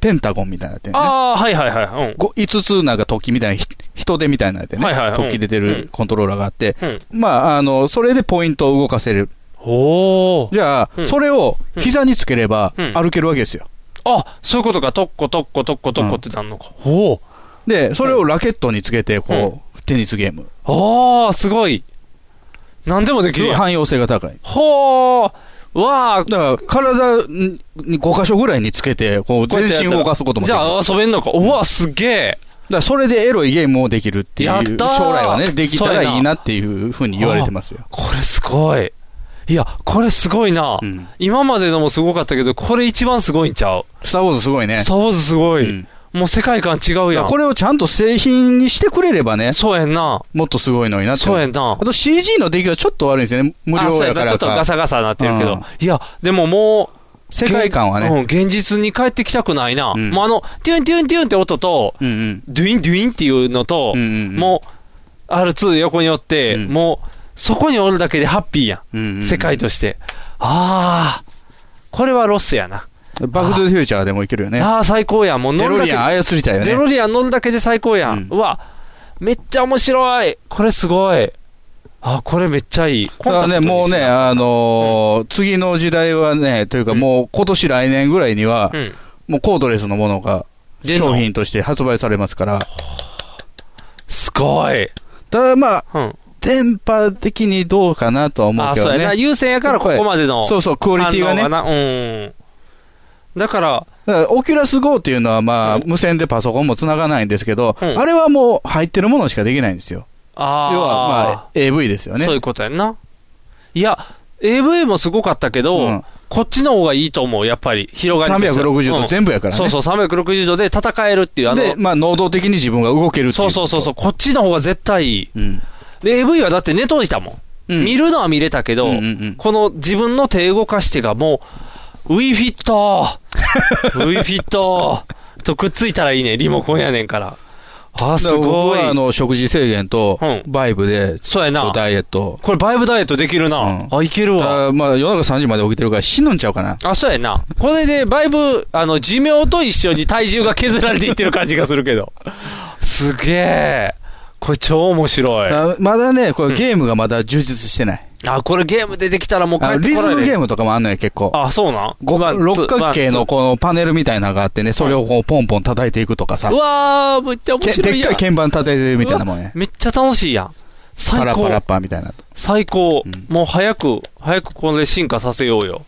Speaker 3: ペンタゴンみたいなってね。
Speaker 2: ああ、はいはいはい。うん。
Speaker 3: ご5つなんか突起みたいな、ひ人手みたいなやつでね、
Speaker 2: はいはいはい
Speaker 3: 突起出て
Speaker 2: うん
Speaker 3: るコントローラーがあって、
Speaker 2: うん。
Speaker 3: まあ、あの、それでポイントを動かせる。
Speaker 2: おお。
Speaker 3: じゃあ、
Speaker 2: うん
Speaker 3: それを膝につければ
Speaker 2: うん
Speaker 3: 歩けるわけですよ。
Speaker 2: あ、そういうことか。トッコトッコトッコトッコってなんのか。お
Speaker 3: で、それをラケットにつけて、こう、テニスゲーム。
Speaker 2: お。ああ、すごい。何でもでき
Speaker 3: す
Speaker 2: る
Speaker 3: ごい
Speaker 2: やん。
Speaker 3: 汎用性が高い。
Speaker 2: ほう。わあ。
Speaker 3: だから、体に5箇所ぐらいにつけて、こう、
Speaker 2: こう
Speaker 3: 全
Speaker 2: やってやった
Speaker 3: 身
Speaker 2: ら
Speaker 3: を動かすこともでき
Speaker 2: じ
Speaker 3: る。だ
Speaker 2: ゃ
Speaker 3: か
Speaker 2: あ遊べんのか。うわ、すげえ。
Speaker 3: ら、それでエロいゲームもできるっていう、
Speaker 2: やった
Speaker 3: 将
Speaker 2: ー
Speaker 3: 来はね、できた
Speaker 2: そう
Speaker 3: ら
Speaker 2: やない
Speaker 3: いなっていうふうに言われてますよ。
Speaker 2: これすごい。いや、これすごいな。
Speaker 3: うん
Speaker 2: 今までのもすごかったけど、これ一番すごいんちゃう
Speaker 3: スター・ウォーズすごいね
Speaker 2: ス。ターウォーズすごい。
Speaker 3: うん
Speaker 2: もう世界観違うやん。
Speaker 3: これをちゃんと製品にしてくれればね、
Speaker 2: そうやんな。
Speaker 3: もっとすごいのになって
Speaker 2: そ
Speaker 3: 思う。
Speaker 2: うやんな
Speaker 3: あ。と CG の出来がちょっと悪いんですよね。無
Speaker 2: あ
Speaker 3: 料
Speaker 2: そう
Speaker 3: や
Speaker 2: や
Speaker 3: か
Speaker 2: なちょ
Speaker 3: ら
Speaker 2: っと
Speaker 3: か。
Speaker 2: ガサガサなってるけど。
Speaker 3: うん
Speaker 2: いや、でももう、
Speaker 3: 世界観は
Speaker 2: う
Speaker 3: ね。
Speaker 2: ん、現実に帰ってきたくないな。
Speaker 3: うん
Speaker 2: もうあの、デュンデュンデュンって音と、
Speaker 3: うんうん。
Speaker 2: ドゥインドゥインっていうのと、
Speaker 3: うんうんうん
Speaker 2: もう、R2 横におって、
Speaker 3: うん
Speaker 2: もう、そこにおるだけでハッピーやん。
Speaker 3: うんうん
Speaker 2: 世界として。ああ、これはロスやな。
Speaker 3: バックトゥーフューチャーでもいけるよね。
Speaker 2: ああ、最高やん。もう
Speaker 3: デ
Speaker 2: 乗る
Speaker 3: ロ
Speaker 2: だけ
Speaker 3: リアン操りたいよね。
Speaker 2: デロリアン乗るだけで最高やん。
Speaker 3: う
Speaker 2: うわ、めっちゃ面白い。これすごい。あ、これめっちゃいい。
Speaker 3: ただね、もうね、あのー次の時代はね、というか
Speaker 2: うん
Speaker 3: もう今年来年ぐらいには、
Speaker 2: うん。
Speaker 3: もうコードレスのものが
Speaker 2: 出んの
Speaker 3: 商品として発売されますから、
Speaker 2: すごい。
Speaker 3: ただまあ、
Speaker 2: うん。
Speaker 3: 電波的にどうかなとは思う
Speaker 2: あ、
Speaker 3: け
Speaker 2: そ
Speaker 3: ど
Speaker 2: うやな。
Speaker 3: ね。
Speaker 2: 優先やからここまでの。
Speaker 3: そうそう、クオリティがね。
Speaker 2: 反応
Speaker 3: だか
Speaker 2: なうん。だから、
Speaker 3: らオキュラス GO っていうのはまあ、
Speaker 2: うん
Speaker 3: 無線でパソコンも繋がないんですけど、
Speaker 2: うん
Speaker 3: あれはもう入ってるものしかできないんですよ。
Speaker 2: あー
Speaker 3: 要はまあ、AV ですよね。
Speaker 2: そういうことやんな。いや、AV もすごかったけど、
Speaker 3: うん
Speaker 2: こっちの方がいいと思う、やっぱり。広がりとしては
Speaker 3: 360
Speaker 2: う
Speaker 3: 度
Speaker 2: ん
Speaker 3: 全部やからね。
Speaker 2: そうそう、360度で戦えるっていう、あの、
Speaker 3: で、まあ、能動的に自分が動けるっていう。
Speaker 2: そうそうそうそう、こっちの方が絶対いい。
Speaker 3: うん。
Speaker 2: で、AV はだって寝といたもん。
Speaker 3: うん
Speaker 2: 見るのは見れたけど、
Speaker 3: うんうんうん
Speaker 2: この自分の手動かしてがもう、ウィフィット
Speaker 3: (laughs)
Speaker 2: ウィフィットとくっついたらいいね、リモコンやねんから。あー、
Speaker 3: だ
Speaker 2: す
Speaker 3: から僕
Speaker 2: ごい
Speaker 3: は。あの食事制限と
Speaker 2: うん
Speaker 3: バイブで
Speaker 2: そうやな。
Speaker 3: ダイエット、
Speaker 2: これバイブダイエットできるな。
Speaker 3: うん
Speaker 2: あ、いける
Speaker 3: だか
Speaker 2: わ。
Speaker 3: らまあ、夜中3時まで起きてるから死ぬんちゃうかな、
Speaker 2: あ、そうやな。これでバイブ、あの、寿命と一緒に体重が削られていってる感じがするけど。すげえ。これ超面白い。
Speaker 3: だからまだね、こ
Speaker 2: うん
Speaker 3: れゲームがまだ充実してない、
Speaker 2: あ、これゲーム出てきたらもう帰
Speaker 3: あの
Speaker 2: って
Speaker 3: リ
Speaker 2: こ
Speaker 3: ズ
Speaker 2: られ
Speaker 3: ム
Speaker 2: る
Speaker 3: ゲームとかもあんのよ、結構、
Speaker 2: あ、そうなん
Speaker 3: ご
Speaker 2: まあ
Speaker 3: 六角形
Speaker 2: ま
Speaker 3: の
Speaker 2: あ
Speaker 3: このパネルみたいなのがあってね、それをこうポンポン叩いていくとかさ
Speaker 2: う、わー、めっちゃ面
Speaker 3: け
Speaker 2: 白
Speaker 3: でっ
Speaker 2: いや
Speaker 3: か
Speaker 2: ん
Speaker 3: い。鍵盤叩いてるみたいなもんね
Speaker 2: うわ、めっちゃ楽しいやん。最
Speaker 3: パラパラッ
Speaker 2: 高。
Speaker 3: パーみたいな、
Speaker 2: 最高
Speaker 3: うん。
Speaker 2: もう早く、早くこれ進化させようよ。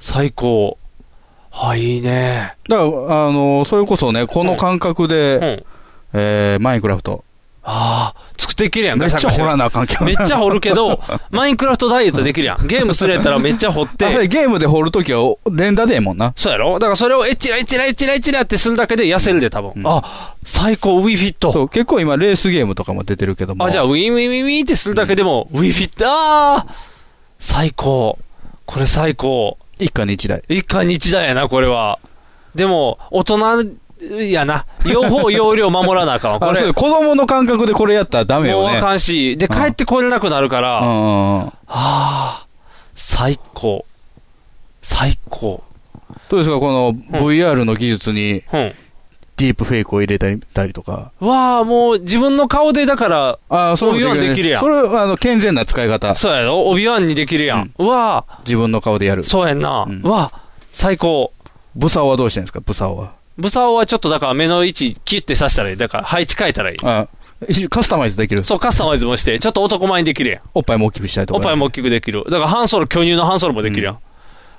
Speaker 2: 最高。あ、いいね。
Speaker 3: だから、あのそれこそね、この感覚
Speaker 2: う
Speaker 3: で、
Speaker 2: ん。
Speaker 3: えーマインクラフト、
Speaker 2: ああ、作っていけるやん、
Speaker 3: めっ
Speaker 2: ガ
Speaker 3: ち
Speaker 2: シャ
Speaker 3: ゃ
Speaker 2: ガシ
Speaker 3: 掘
Speaker 2: ャ
Speaker 3: らなあかんけど
Speaker 2: め
Speaker 3: な
Speaker 2: っちゃ掘る
Speaker 3: (laughs)
Speaker 2: けど、マインクラフトダイエットできるやん。ゲームするやったらめっちゃ掘っ
Speaker 3: あれ
Speaker 2: て、
Speaker 3: ゲームで掘るときは連打でええもんな。
Speaker 2: そうやろだからそれをエッチラエッチラエッチラエッチラってするだけで痩せるで、多分。
Speaker 3: うん
Speaker 2: あ、最高、ウィフィット。
Speaker 3: そう、結構今レースゲームとかも出てるけども。
Speaker 2: あ、じゃあ、ウィンウィンウィンウィンってするだけでも、ウィフィット、あー最高。これ最高。
Speaker 3: 一家に一台。
Speaker 2: 一家に一台やな、これは。でも、大人やな。両方、容量守らなあかんわ。こ
Speaker 3: あそう
Speaker 2: れ、
Speaker 3: 子供の感覚でこれやったらダメ
Speaker 2: もう
Speaker 3: よ
Speaker 2: あ
Speaker 3: ね。
Speaker 2: かんし。で、
Speaker 3: うん
Speaker 2: 帰ってこれなくなるから、
Speaker 3: う
Speaker 2: は
Speaker 3: んうんうん。
Speaker 2: あ、最高。最高。
Speaker 3: どうですか、この VR の技術に
Speaker 2: うん。
Speaker 3: ディープフェイクを入れたりたりとか。
Speaker 2: わあ、もう自分の顔で、だから、
Speaker 3: ああ、
Speaker 2: そういうのできるやん
Speaker 3: それ、あの、健全な使い方。
Speaker 2: そうやろオビワンにできるやん。うわあ、
Speaker 3: 自分の顔でやる。
Speaker 2: そうやんな。
Speaker 3: うん
Speaker 2: うわあ、最高。
Speaker 3: ブサオはどうしてんですか、ブサオは。
Speaker 2: ブサオはちょっとだから目の位置キュッて刺したらいい。だから配置変えたらいい。
Speaker 3: あ一カスタマイズできる。
Speaker 2: そう、カスタマイズもして、ちょっと男前にできるやん。
Speaker 3: おっぱいも大きくしたいとか。
Speaker 2: おっぱいも大きくできる。だからハンソロ、巨乳のハンソロもできるやん。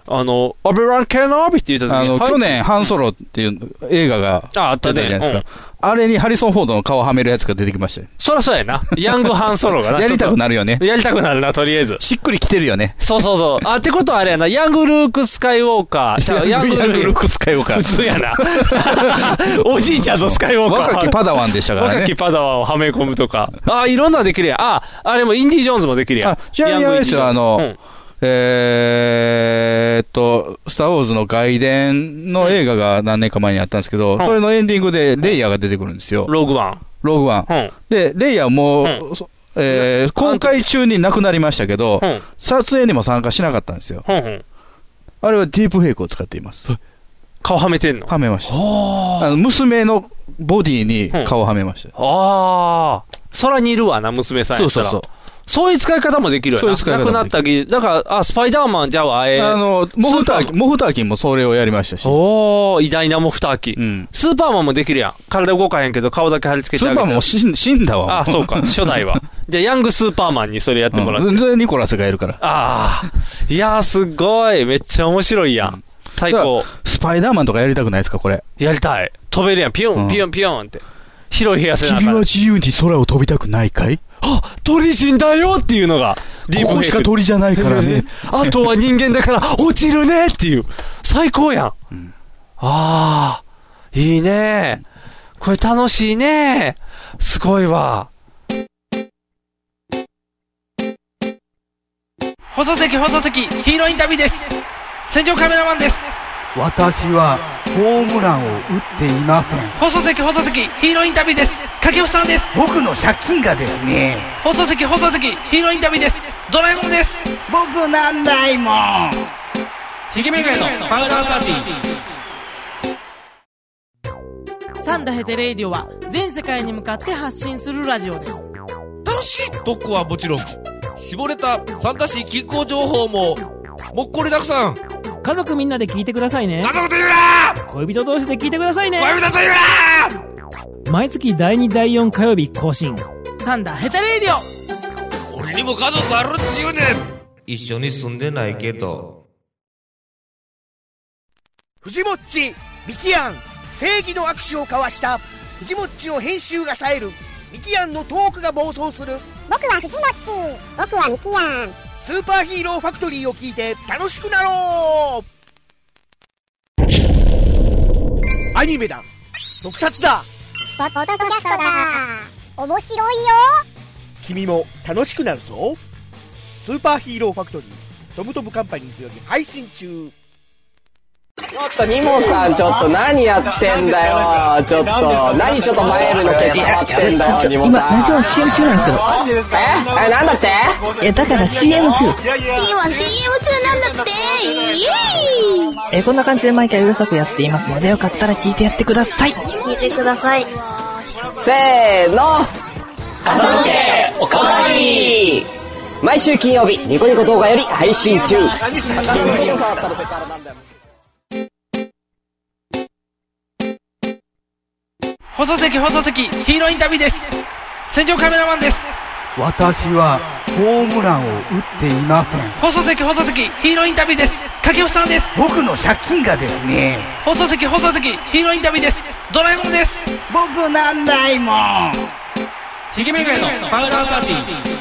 Speaker 2: あの、オビラン・ケノービって言った時
Speaker 3: あ
Speaker 2: に。
Speaker 3: の、
Speaker 2: はい
Speaker 3: 去。年、ハンソロっていう映画が
Speaker 2: あ、あった
Speaker 3: 出た
Speaker 2: ね
Speaker 3: じ。ゃないです
Speaker 2: うん
Speaker 3: か。あれにハリソン・フォードの顔はめるやつが出てきましたよ
Speaker 2: そらそうやな。ヤング・ハンソロが
Speaker 3: (laughs)
Speaker 2: な。
Speaker 3: やりたく
Speaker 2: な
Speaker 3: なるよね。
Speaker 2: やりたくなるな、とりあえず。
Speaker 3: しっくりきてるよね。
Speaker 2: そうそう (laughs) そう。あ、ってことはあれやな、ヤング・ルーク・スカイウォーカ
Speaker 3: (laughs)
Speaker 2: ー。ちゃうヤング・
Speaker 3: ヤング
Speaker 2: ル
Speaker 3: ル
Speaker 2: ー
Speaker 3: ー
Speaker 2: ク・
Speaker 3: ク使いようか
Speaker 2: 普。通やな。 (laughs) おじいちゃんのスカイウォーカー。
Speaker 3: 若きパダワンでしたから
Speaker 2: 若
Speaker 3: ね
Speaker 2: き。パダワンをはめ込むとか。ああ、いろんなのできるやん。ああ、あれもインディ・ジョーンズもできるやん。
Speaker 3: あちなみに
Speaker 2: ヤ
Speaker 3: あ
Speaker 2: ング
Speaker 3: れですよ
Speaker 2: インディ
Speaker 3: あのえーっと、スター・ウォーズの外伝の映画が何年か前にあったんですけど、
Speaker 2: ん
Speaker 3: それのエンディングでレイヤーが出てくるんですよ
Speaker 2: うん、。ローグワン。
Speaker 3: ログワン
Speaker 2: う。ん。
Speaker 3: で、レイヤーも、そえー公開中に亡くなりましたけど
Speaker 2: う、ん。
Speaker 3: 撮影にも参加しなかったんですよ。
Speaker 2: うん。うん。
Speaker 3: あれはディープフェイクを使っています。
Speaker 2: 顔はめてんの
Speaker 3: はめました。あの娘のボディに顔をはめました。
Speaker 2: ああ。空にいるわな、娘さん
Speaker 3: そ
Speaker 2: や
Speaker 3: う
Speaker 2: っ
Speaker 3: そ
Speaker 2: た
Speaker 3: う
Speaker 2: ら。
Speaker 3: そう。
Speaker 2: そういう使い方もできるよな。
Speaker 3: そういう使い方も
Speaker 2: な
Speaker 3: で
Speaker 2: く
Speaker 3: きる
Speaker 2: なったぎ、だから、あ、スパイダーマンじゃあ、え
Speaker 3: あ
Speaker 2: ー、
Speaker 3: の、モフターキン、モフターキンもそれをやりましたし。
Speaker 2: おー、偉大なモフターキ、
Speaker 3: うん。
Speaker 2: スーパーマンもできるやん。体動かへんけど、顔だけ貼り付け
Speaker 3: ス
Speaker 2: てあ
Speaker 3: ー
Speaker 2: げて。
Speaker 3: パーマンも死ん死んだわ。
Speaker 2: あ、そ
Speaker 3: (laughs)
Speaker 2: うか、初代は。じゃあ、ヤングスーパーマンにそれやってもらって。
Speaker 3: うん全然ニコラスがいるから。
Speaker 2: ああ。いやー、すごい。めっちゃ面白いやん。最高。
Speaker 3: スパイダーマンとかやりたくないですか、これ。
Speaker 2: やりたい。飛べるやん。ピヨ
Speaker 3: う
Speaker 2: ン、
Speaker 3: ん
Speaker 2: ピヨン、ピヨンって。広い部屋せなあ
Speaker 3: 君
Speaker 2: か
Speaker 3: は
Speaker 2: ん。
Speaker 3: 自由に空を飛びたくないかい
Speaker 2: あ、鳥死んだよっていうのが、ディープ
Speaker 3: こ
Speaker 2: フェ
Speaker 3: こ
Speaker 2: イ
Speaker 3: し
Speaker 2: ク
Speaker 3: か鳥じゃないからね。
Speaker 2: あとは人間
Speaker 3: (laughs)
Speaker 2: だから落ちるねっていう。最高やん。ああ、いいね。これ楽しいね。すごいわ。
Speaker 11: 放送席放送席ヒーローインタビューです戦場カメラマンです
Speaker 12: 私はホームランを打っていません
Speaker 11: 放送席放送席ヒーローインタビューです掛布さんです
Speaker 12: 僕の借金がですね
Speaker 11: 放送席放送席ヒーローインタビューですドラえもんです
Speaker 12: 僕なんないもん
Speaker 11: ひげめがえのパウダーパーティー
Speaker 13: サンダヘテレイディオは全世界に向かって発信するラジオです。
Speaker 14: 楽しい特攻はもちろん、絞れた参加し近郊情報も、もっこりだくさん。
Speaker 15: 家族みんなで聞いてくださいね。
Speaker 14: 家族と言う
Speaker 15: 恋人同士で聞いてくださいね。
Speaker 14: な恋人と言う
Speaker 15: 毎月第2第4火曜日更新。
Speaker 13: サンダヘテレイディ
Speaker 14: な俺にも家族あるっちゅうねん一緒に住んでないけど。
Speaker 16: 藤もっちミキアン正義の握手を交わした藤もっちの編集が冴えるミキアンのトークが暴走する僕は藤もっち僕はミキアンスーパーヒーローファクトリーを聞いて楽しくなろうアニメだ特撮だ
Speaker 17: ポッドキャストだ面白いよ
Speaker 16: 君も楽しくなるぞスーパーヒーローファクトリートムトムカンパニーズより配信中
Speaker 18: ちょっとニモさんちょっと何やってんだよちょっと何ちょっと前ルのケツ触ってんだよニモ
Speaker 19: 今、
Speaker 18: さん
Speaker 19: ラジオ CM 中なんですけど。
Speaker 18: ええなんだって
Speaker 19: え、だから CM 中。
Speaker 17: 今 CM 中なんだってイエーイ
Speaker 19: え、こんな感じで毎回うるさくやっていますので、よかったら聞いてやってください。
Speaker 17: 聞いてください
Speaker 18: せーの朝向けおかわり毎週金曜日ニコニコ動画より配信中
Speaker 11: 放送席放送席ヒーローインタビューです戦場カメラマンです
Speaker 12: 私はホームランを打っていません
Speaker 11: 放送席放送席ヒーローインタビューです掛布さんです
Speaker 12: 僕の借金がですね
Speaker 11: 放送席放送席ヒーローインタビューですドラえもんです
Speaker 12: 僕なんないもん
Speaker 11: ひげめがえのパウダーパーティー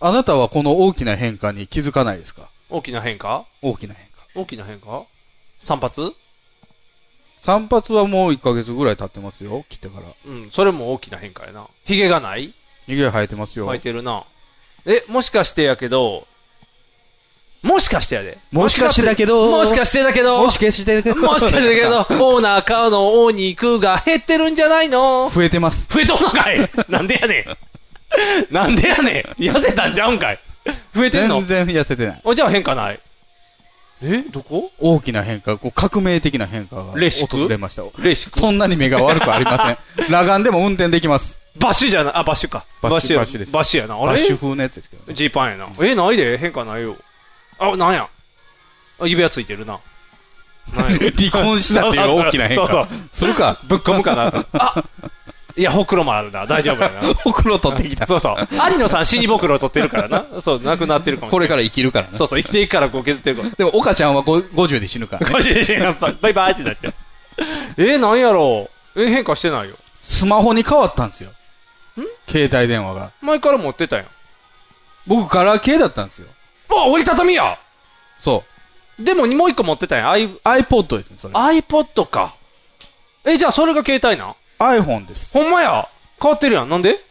Speaker 3: あなたはこの大きな変化に気づかないですか
Speaker 2: 大きな変化
Speaker 3: 大きな変化。
Speaker 2: 大きな変化散髪
Speaker 3: 散髪はもう1ヶ月ぐらい経ってますよ。切ってから。
Speaker 2: うん、それも大きな変化やな。ヒゲがない
Speaker 3: 逃げ生えてますよ。
Speaker 2: 生えてるな。え、もしかしてやけど、もしかしてやで。
Speaker 3: もしかしてだけど
Speaker 2: もしかしてだけど、
Speaker 3: もしかしてだけど。
Speaker 2: もしかしてだけど、オーナー買うの王に行くが減ってるんじゃないの
Speaker 3: 増えてます。
Speaker 2: 増えとんのかいなんでやねん。なんでやねん。痩せたんちゃうんかい。増えてんの
Speaker 3: 全然痩せてない。
Speaker 2: あ、じゃあ変化ない。えどこ
Speaker 3: 大きな変化、こう革命的な変化が
Speaker 2: レシック
Speaker 3: 訪れました。
Speaker 2: レシック
Speaker 3: そんなに目が悪くありま
Speaker 2: (laughs)
Speaker 3: せん。裸眼でも運転できます。
Speaker 2: バッシュじゃない、あ、バッシュか。
Speaker 3: バッシュ
Speaker 2: や
Speaker 3: バッシュです
Speaker 2: バッシュやな。あれ
Speaker 3: バッシュ風のやつです
Speaker 2: (laughs)
Speaker 3: けどね。
Speaker 2: ジーパンやな。え、ないで変化ないよ。あ、なんや。あ、指輪ついてるな。なんや
Speaker 3: (laughs) 離婚したっていう大きな変化。
Speaker 2: そうそう。
Speaker 3: するか。
Speaker 2: ぶっ込むかな。あ、いや、ほくろもあるな。大丈夫やな。
Speaker 3: ほくろ取ってきた。
Speaker 2: そうそう。有野さん死にぼくろ取ってるからな。そう、なくなってるかもし
Speaker 3: こ
Speaker 2: れ
Speaker 3: れ
Speaker 2: ない。
Speaker 3: から生きるからね。
Speaker 2: そうそう、生きていくからこう削ってるから。
Speaker 3: でも、岡ちゃんはご50で死ぬからね。
Speaker 2: マジで死ぬバイバイってなっちゃう。
Speaker 3: (laughs)
Speaker 2: え、なんやろう。え、変化してないよ。
Speaker 3: スマホに変わったんですよ。携帯電話が。
Speaker 2: 前から持ってたやん。
Speaker 3: 僕、ガラケーだったんですよ。
Speaker 2: あ、折りたたみや
Speaker 3: そ
Speaker 2: でももう一個持ってたやん。アイ
Speaker 3: う。iPod ですね、それ。
Speaker 2: iPod か。え、じゃあそれが携帯なん
Speaker 3: iPhone です。
Speaker 2: ほんまや。変わってるやん。なんで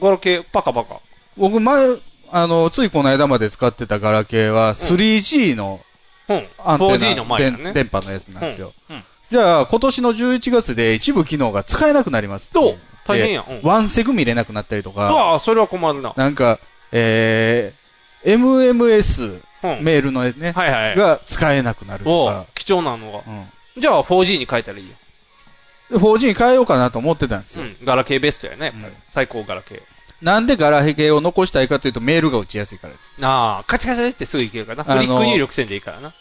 Speaker 2: ガラケー、パカパカ。
Speaker 3: 僕、前、あの、ついこの間まで使ってたガラケーは、3G の
Speaker 2: うん。
Speaker 3: アンテナ、
Speaker 2: 4G の前や
Speaker 3: 電
Speaker 2: ね。
Speaker 3: 電波のやつなんですよ。
Speaker 2: うんうん
Speaker 3: じゃあ、今年の11月で一部機能が使えなくなります。
Speaker 2: どう大変やん
Speaker 3: で
Speaker 2: うん
Speaker 3: ワンセグ見れなくなったりと
Speaker 2: う
Speaker 3: か、
Speaker 2: わあ、それは困るな。
Speaker 3: なんか、えー、MMS
Speaker 2: うん。
Speaker 3: メールのね、
Speaker 2: はいはい。
Speaker 3: が使えなくなると
Speaker 2: お
Speaker 3: か
Speaker 2: う、貴重なのが。
Speaker 3: うん
Speaker 2: じゃあ 4G に変えたらいいよ。
Speaker 3: で 4G に変えようかなと思ってたんです
Speaker 2: う
Speaker 3: よ。
Speaker 2: ん。ガラケーベストやね。やっぱり
Speaker 3: うん
Speaker 2: 最高ガラケ
Speaker 3: なんでガラケーを残したいかというと、メールが打ちやすいからです。
Speaker 2: ー。ああ、カチカチってすぐいけるからな。
Speaker 3: あ
Speaker 2: フ
Speaker 3: の
Speaker 2: リック入力せんでいいからな。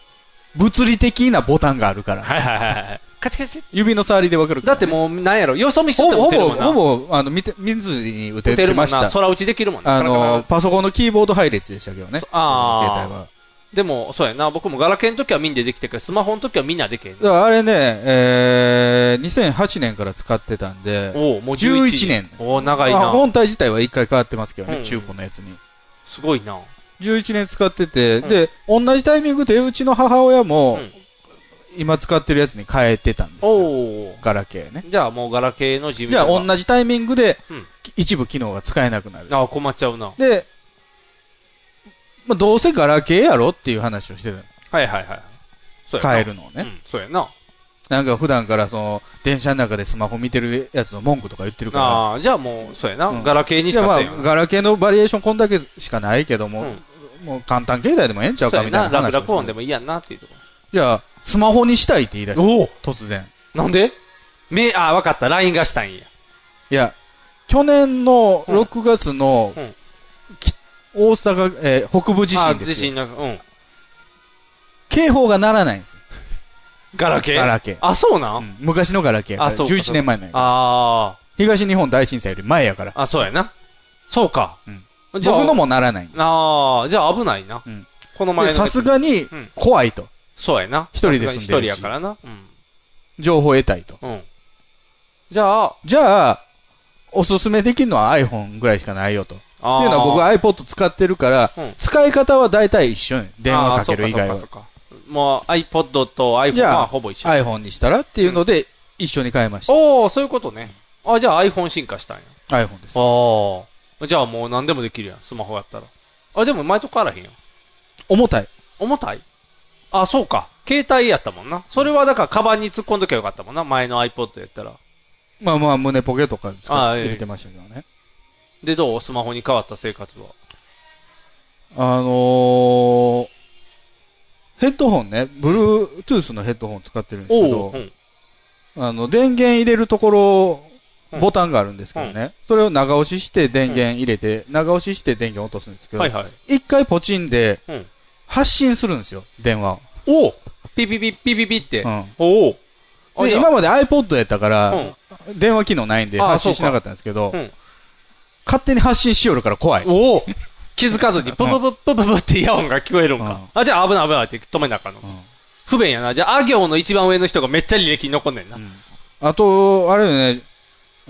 Speaker 3: 物理的なボタンがあるから。
Speaker 2: はいはいはいはい。カチカチ。
Speaker 3: 指の触りでわかるか
Speaker 2: だ
Speaker 3: ら
Speaker 2: ってもう、なんやろ、よそ見して
Speaker 3: ほ
Speaker 2: て
Speaker 3: ぼ、ほぼ、
Speaker 2: も打てるもんな。
Speaker 3: ほぼ、あの、見て、見ずに打
Speaker 2: 打
Speaker 3: て
Speaker 2: て
Speaker 3: て
Speaker 2: るも
Speaker 3: ま
Speaker 2: ん
Speaker 3: し
Speaker 2: な。
Speaker 3: た。
Speaker 2: 空打ちできるもんな。
Speaker 3: あ
Speaker 2: カラカラカラ
Speaker 3: の、パソコンのキーボード配列でしたけどね。
Speaker 2: あー
Speaker 3: 携帯は。
Speaker 2: でも、そうやな。僕もガラケーの時はみんなできてるけど、スマホの時はみんなできへん
Speaker 3: だ。からあれね、えー、2008年から使ってたんで、
Speaker 2: おお、もう
Speaker 3: 11年
Speaker 2: おお、長い
Speaker 3: あ
Speaker 2: な。
Speaker 3: 本体自体は一回変わってますけどね、
Speaker 2: うん
Speaker 3: 中古のやつに。
Speaker 2: すごいな。
Speaker 3: 11年使ってて、
Speaker 2: うん
Speaker 3: で、同じタイミングでうちの母親も
Speaker 2: うん、
Speaker 3: 今使ってるやつに変えてたんです
Speaker 2: よ。
Speaker 3: ガラケーね。
Speaker 2: じゃあもうガラケーの自分
Speaker 3: じゃあ同じタイミングで
Speaker 2: うん、
Speaker 3: 一部機能が使えなくなる。
Speaker 2: ああ、困っちゃうな。はい
Speaker 3: で、まあ、どうせガラケーやろっていう話をしてたの
Speaker 2: はいはい。そうやな
Speaker 3: 変えるのをね
Speaker 2: うん、そうやな。
Speaker 3: なんか普段からその、電車の中でスマホ見てるやつの文句とか言ってるから、
Speaker 2: ああ、じゃあもう、そうやな。ガラケーにし
Speaker 3: じゃあ
Speaker 2: か
Speaker 3: ま
Speaker 2: せ
Speaker 3: あ
Speaker 2: んよ、な。
Speaker 3: ガラケーのバリエーションこんだけしかないけども、もう簡単携帯でもええんちゃうか
Speaker 2: そうや
Speaker 3: みた
Speaker 2: な。
Speaker 3: いな
Speaker 2: 楽
Speaker 3: 話を
Speaker 2: 楽音でもいいやんなっていうとこ
Speaker 3: じゃあ、スマホにしたいって言い出した。突然。
Speaker 2: なんでめ、ああ、わかった。LINE がしたいんや。
Speaker 3: いや、去年の6月の、
Speaker 2: うん
Speaker 3: き大阪、えー北部地震ですよ。
Speaker 2: ああ地震なんか、
Speaker 3: 警報が鳴らないんですよ。
Speaker 2: うん。ガラケー
Speaker 3: ガラケー
Speaker 2: あ、そうなん、
Speaker 3: 昔のガラケーや
Speaker 2: あ、
Speaker 3: から。
Speaker 2: そうか
Speaker 3: 11年前のやから
Speaker 2: あ
Speaker 3: 東日本大震災より前やから。
Speaker 2: あ、あ、そうやな。そうか。
Speaker 3: 僕
Speaker 2: じゃあ
Speaker 3: のもならないんで
Speaker 2: ああ、じゃあ危ないな。この前の
Speaker 3: で
Speaker 2: やつ
Speaker 3: さすがに
Speaker 2: うん、
Speaker 3: 怖いと。
Speaker 2: そうやな。
Speaker 3: 一人で住んでるし
Speaker 2: 一人やからな。うん。
Speaker 3: 情報を得たいと。
Speaker 2: うん。じゃあ、
Speaker 3: じゃあ、おすすめできるのは iPhone ぐらいしかないよと。っていう
Speaker 2: あー
Speaker 3: のは僕 iPod 使ってるから、
Speaker 2: うん
Speaker 3: 使い方は大体一緒ね。電話かける以外
Speaker 2: あ
Speaker 3: は
Speaker 2: ーそ。っかそっかそっかもう iPod と iPhone はほぼ一緒。
Speaker 3: iPhone にしたらっていうので、一緒に買いました。
Speaker 2: おおそういうことね。あ、じゃあ iPhone 進化したんや。
Speaker 3: iPhone です。
Speaker 2: ああ。じゃあもう何でもできるやん、スマホやったら。あ、でも前と変わらへんよ。
Speaker 3: 重たい。
Speaker 2: 重たいあ、そうか。携帯やったもんな。それはだからカバンに突っ込んどきゃよかったもんな。前の iPod やったら。
Speaker 3: まあまあ、胸ポケとかに使
Speaker 2: あ
Speaker 3: っ
Speaker 2: ー
Speaker 3: て
Speaker 2: ええ
Speaker 3: 入れてましたけどね。
Speaker 2: で、どうスマホに変わった生活は。
Speaker 3: あのー、ヘッドホンね、Bluetooth のヘッドホン使ってるんですけ
Speaker 2: お
Speaker 3: ど
Speaker 2: お、うん。
Speaker 3: あの、電源入れるとこ
Speaker 2: う
Speaker 3: ろ、
Speaker 2: ん
Speaker 3: ボタンがあるんですけどね、それを長押しして電源入れて、長押しして電源落とすんですけど、
Speaker 2: はいはい
Speaker 3: 一回ポチンで
Speaker 2: うん、
Speaker 3: 発信するんですよ、電話を。
Speaker 2: おおピピピピピピって。
Speaker 3: うん
Speaker 2: おお
Speaker 3: で、今まで iPod やったか
Speaker 2: う
Speaker 3: ら
Speaker 2: ん、
Speaker 3: 電話機能ないんで
Speaker 2: あ
Speaker 3: 発信しなかったんですけど、勝手に発信しよるから怖い。
Speaker 2: おお気づかずに、ププププププってイヤホンが聞こえるんか。あ、じゃあ危ない危ないって止めなあかんの。不便やな。じゃあ、あ行の一番上の人がめっちゃ履歴に残んねんな。
Speaker 3: あと、あれよね、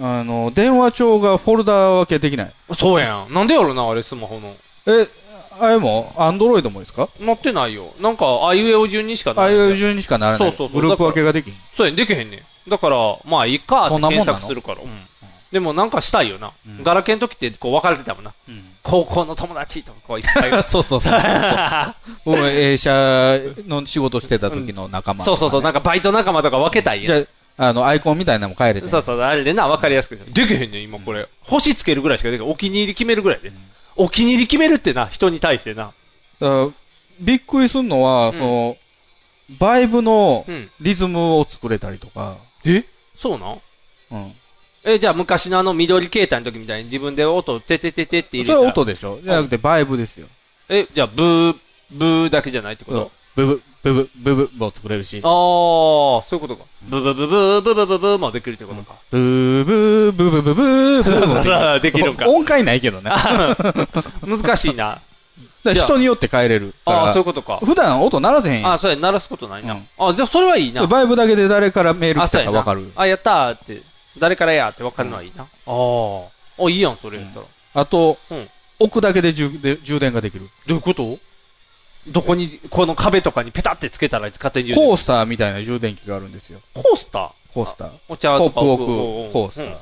Speaker 3: あの、電話帳がフォルダ分けできない。
Speaker 2: そうやん。なんでやろな、あれ、スマホの。
Speaker 3: え、あれも、アンドロイドもですか
Speaker 2: なってないよ。なんか、あいうえお順にしか
Speaker 3: ああ
Speaker 2: ない。
Speaker 3: いう順にしかならない。
Speaker 2: そうそうそう
Speaker 3: グループ分けができん。
Speaker 2: そうやん、できへんねん。だから、まあ、いいかって
Speaker 3: そんなもんな
Speaker 2: 検
Speaker 3: の
Speaker 2: 索するから。うん。でも、なんかしたいよな。ガラケーの時って、こう、分かれてたもんな。高校の友達とか、こう、いっ
Speaker 3: (laughs)
Speaker 2: ぱい。 (laughs)
Speaker 3: そうそうそう。僕、映写の仕事してた時の仲間。
Speaker 2: そうそうそう、なんか、バイト仲間とか分けたい
Speaker 3: じ
Speaker 2: やん。
Speaker 3: ゃあ、あの、アイコンみたいなのも変えれて。
Speaker 2: そうそう、あれでな、分かりやすく。できへんねん、今これ。星つけるぐらいしかできへん。お気に入り決めるぐらいで。お気に入り決めるってな、人に対してな。
Speaker 3: だからびっくりするのは、その、バイブの
Speaker 2: うん
Speaker 3: リズムを作れたりとか。
Speaker 2: えそうなん
Speaker 3: うん。
Speaker 2: え、じゃあ昔のあの緑携帯の時みたいに自分で音をててててって入れ
Speaker 3: そ
Speaker 2: た
Speaker 3: れは音でしょじゃなくてバイブですよ。
Speaker 2: え、じゃあブー、ブーだけじゃないってこ
Speaker 3: そう
Speaker 2: と
Speaker 3: ブブ、ブブ、ブブも作れるし。
Speaker 2: ああ、そういうことか。ブブブブーブブブブーもできるってこと
Speaker 3: (laughs)
Speaker 2: か。
Speaker 3: ブーブーブブブブーブー
Speaker 2: (laughs)
Speaker 3: も
Speaker 2: そうそうできるんか
Speaker 3: 音階ないけどね。
Speaker 2: あ難しいな。
Speaker 3: だから人に
Speaker 2: よ
Speaker 3: よって変えれるから。
Speaker 2: あーそういうことか
Speaker 3: 普段音鳴らせへんやん
Speaker 2: あ、そうや、鳴らすことないな。あ、じゃあそれはいいな。
Speaker 3: バイブだけで誰からメール
Speaker 2: あ、
Speaker 3: 来た
Speaker 2: そうや
Speaker 3: か
Speaker 2: な
Speaker 3: わかる。
Speaker 2: あ、やったーって、誰からやーってわかるのはいいな。ああー。あ、いいやん、それやったら。
Speaker 3: あと、
Speaker 2: うん
Speaker 3: 置くだけで充で充電ができる。
Speaker 2: どういうことどこに、この壁とかにペタってつけたら勝手に言う
Speaker 3: コー
Speaker 2: ね
Speaker 3: スターみたいな充電器があるんですよ。
Speaker 2: コースター
Speaker 3: コースター。
Speaker 2: お茶とか
Speaker 3: コップ置く
Speaker 2: おうおうおう
Speaker 3: コースタ
Speaker 2: うん
Speaker 3: ー。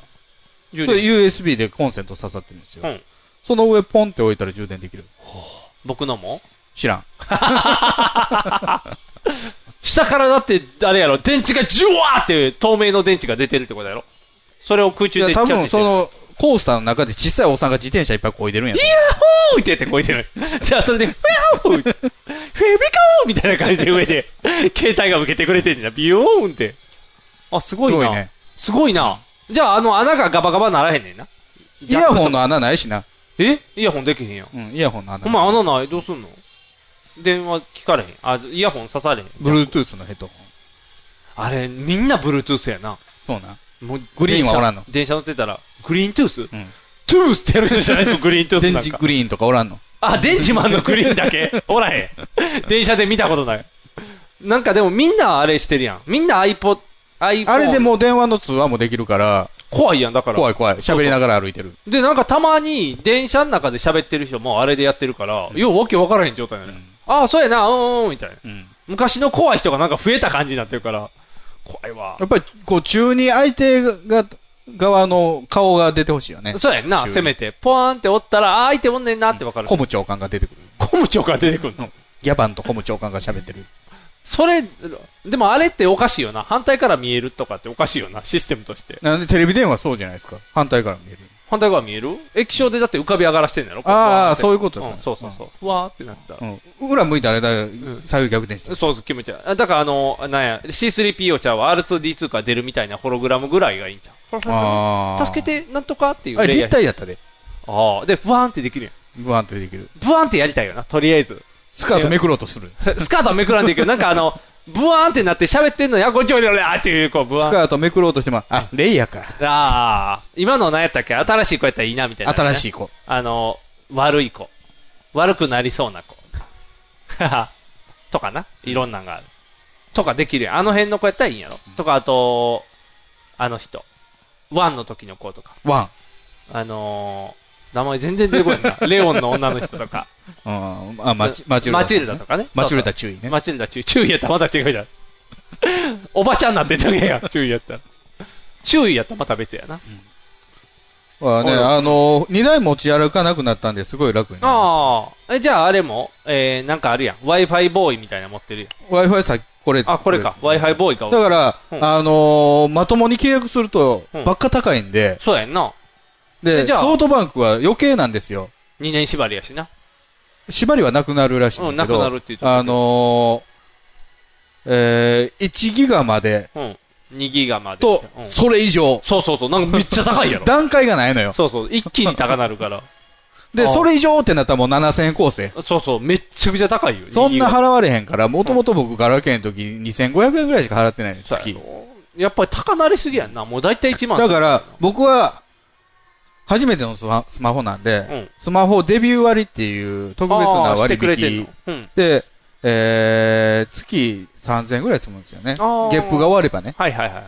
Speaker 2: 充
Speaker 3: で
Speaker 2: 電
Speaker 3: USB でコンセント刺さってるんですよ。
Speaker 2: うん
Speaker 3: その上ポンって置いたら充電できる。
Speaker 2: 僕のも (laughs)
Speaker 3: 知らん。
Speaker 2: 下からだって、あれやろ、電池がジュワーって透明の電池が出てるってことやろそれを空
Speaker 3: い
Speaker 2: 中
Speaker 3: や、
Speaker 2: で
Speaker 3: 多
Speaker 2: キャッ
Speaker 3: 分
Speaker 2: チして
Speaker 3: その、コースターの中で小さいおっさんが自転車いっぱいこいでるんや
Speaker 2: イヤホーって言ってこいてる。じゃあそれで、フェアホーフェビコーみたいな感じで上で、携帯が受けてくれてんだ。ビヨーンって。あ、すごいな。
Speaker 3: す
Speaker 2: す
Speaker 3: ご
Speaker 2: ご
Speaker 3: い
Speaker 2: い,、
Speaker 3: ね
Speaker 2: な。じゃああの穴がガバガバならへんねんな。
Speaker 3: イヤホンの穴ないしな。
Speaker 2: えイヤホンできへんやん。
Speaker 3: うん、イヤホンの穴
Speaker 2: ほん。ま穴ないどうすんの電話聞かれへん。あ、イヤホン刺されへん。
Speaker 3: Bluetooth のヘッドホン。
Speaker 2: あれ、みんな Bluetooth やな。
Speaker 3: そうな。
Speaker 2: もう
Speaker 3: グリーンはおらんの
Speaker 2: 電車電車乗ってたら、グリーントゥース、
Speaker 3: ん
Speaker 2: トゥースってやる人じゃないの、グリーントゥースなんか。
Speaker 3: 電池グリーンとかおらんの。
Speaker 2: あ、電池マンのグリーン
Speaker 3: (laughs)
Speaker 2: だけおらへん。電車で見たことない。なんかでもみんなあれしてるやん。みんな iPod、iPhone。
Speaker 3: あれでもう電話の通話もできるから、
Speaker 2: 怖いやん、だから。
Speaker 3: 怖い怖い。喋りながら歩いてる。
Speaker 2: で、なんかたまに電車の中で喋ってる人もあれでやってるから、ようわけわからへん状態なのよ。ああ、そうやな、うんうん、みたいな。昔の怖い人がなんか増えた感じになってるから、怖いわ。
Speaker 3: やっぱり、こう、中に相手が、側の顔が出てほしいよね。
Speaker 2: そうやんな、
Speaker 3: 中に
Speaker 2: せめて。ポワーンっておったら、あー相手おんねんなってわかる。
Speaker 3: コム長官が出てくる。
Speaker 2: コム長官出てくるの
Speaker 3: ギャバンとコム長官が喋ってる。
Speaker 2: それ、でもあれっておかしいよな。反対から見えるとかっておかしいよな、システムとして。
Speaker 3: なんでテレビ電話そうじゃないですか。反対から見える。
Speaker 2: 反対側見える液晶でだって浮かび上がらしてんだろ
Speaker 3: ああ、そういう
Speaker 2: と。
Speaker 3: ことだ、
Speaker 2: うんそうそうそう。ふわーってなった。
Speaker 3: うん。裏向いたらだ、左右逆転してる。
Speaker 2: そうそう、気持ち悪いあ。だからあの、なんや、C3PO ちゃうわ、R2D2 から出るみたいなホログラムぐらいがいいんちゃ
Speaker 3: あ
Speaker 2: う
Speaker 3: ー
Speaker 2: 助けて、なんとかっていう。
Speaker 3: あれ立体やった
Speaker 2: で。
Speaker 3: で。
Speaker 2: ああ、で、ブワーンってできるやん。
Speaker 3: ブワンってできる。
Speaker 2: ブワーンってやりたいよな、とりあえ
Speaker 3: (laughs)
Speaker 2: ず。
Speaker 3: スカートめくろうとする。
Speaker 2: スカートはめくらんでいいけど、なんかあの、ブワーンってなって喋ってんのや、ごちょごちょごちょっていう、こう、ブワ
Speaker 3: ス
Speaker 2: ーン。
Speaker 3: カートめくろうとしても、あ、レイヤーか。
Speaker 2: ああ、今の何やったっけ新しい子やったらいいな、みたいな、
Speaker 3: 新しい子。
Speaker 2: あの、悪い子。悪くなりそうな子。 (laughs) とかな。いろんなんがある。とかできるやん。あの辺の子やったらいいんやろ。とか、あと、あの人。ワンの時の子とか。
Speaker 3: ワ
Speaker 2: あのー名前全然出てこ
Speaker 3: (laughs)
Speaker 2: ないな。レオンの女の人とか。
Speaker 3: ン。うん。あ、マチマチルダ。
Speaker 2: マチルダとかね。
Speaker 3: マチルダ
Speaker 2: そう
Speaker 3: 注
Speaker 2: そう
Speaker 3: 意ね。
Speaker 2: マチルダ注意。注意やったらまた違うじゃん。おばちゃんなってんじゃねえやん。注意やったら。注意やったらまた別やな。
Speaker 3: はね、
Speaker 2: うん
Speaker 3: あの、二台持ち歩かなくなったんですごい楽になる。
Speaker 2: ああ。え、じゃああれも、えー、なんかあるやん。Wi-Fi ボーイみたいなの持ってるやん。
Speaker 3: Wi-Fi さ、これです。
Speaker 2: あ、これか。Wi-Fi ボーイか。
Speaker 3: だから、
Speaker 2: うん
Speaker 3: あのーまともに契約すると
Speaker 2: うん、
Speaker 3: ばっか高いんで、
Speaker 2: そうやんな。え
Speaker 3: で、
Speaker 2: じゃあ
Speaker 3: ソフトバンクは余計なんですよ。
Speaker 2: 2年縛りやしな。
Speaker 3: 縛りはなくなるらしいんだけ
Speaker 2: う
Speaker 3: ど、
Speaker 2: んなくなるって言ってたけど
Speaker 3: あのーえー、1ギガまで
Speaker 2: うん。2ギガまで。
Speaker 3: と
Speaker 2: う、ん
Speaker 3: それ以上。
Speaker 2: そうそうそう。なんかめっちゃ
Speaker 3: (laughs)
Speaker 2: 高いやろ。
Speaker 3: 段階がないのよ。
Speaker 2: そうそう。一気に高な
Speaker 3: (laughs)
Speaker 2: るから。
Speaker 3: で、
Speaker 2: あー
Speaker 3: それ以上ってなったらもう7000円構成。
Speaker 2: そうそう。めっちゃくちゃ高いよ。
Speaker 3: そんな
Speaker 2: 2
Speaker 3: 払われへんから、もともと僕ガラケーの時2500円ぐらいしか払ってないのよ、月。
Speaker 2: ギガやっぱり高なりすぎやんな。もうだいたい1万。
Speaker 3: だから、僕は、初めてのスマスマホなんで、
Speaker 2: うん
Speaker 3: スマホデビュー割っていう特別な
Speaker 2: あーして
Speaker 3: 割
Speaker 2: くれてん
Speaker 3: 引
Speaker 2: のうん
Speaker 3: で、えー、月3000円ぐらい済むんですよね。
Speaker 2: あー
Speaker 3: ゲップが終わればね。
Speaker 2: はいはいは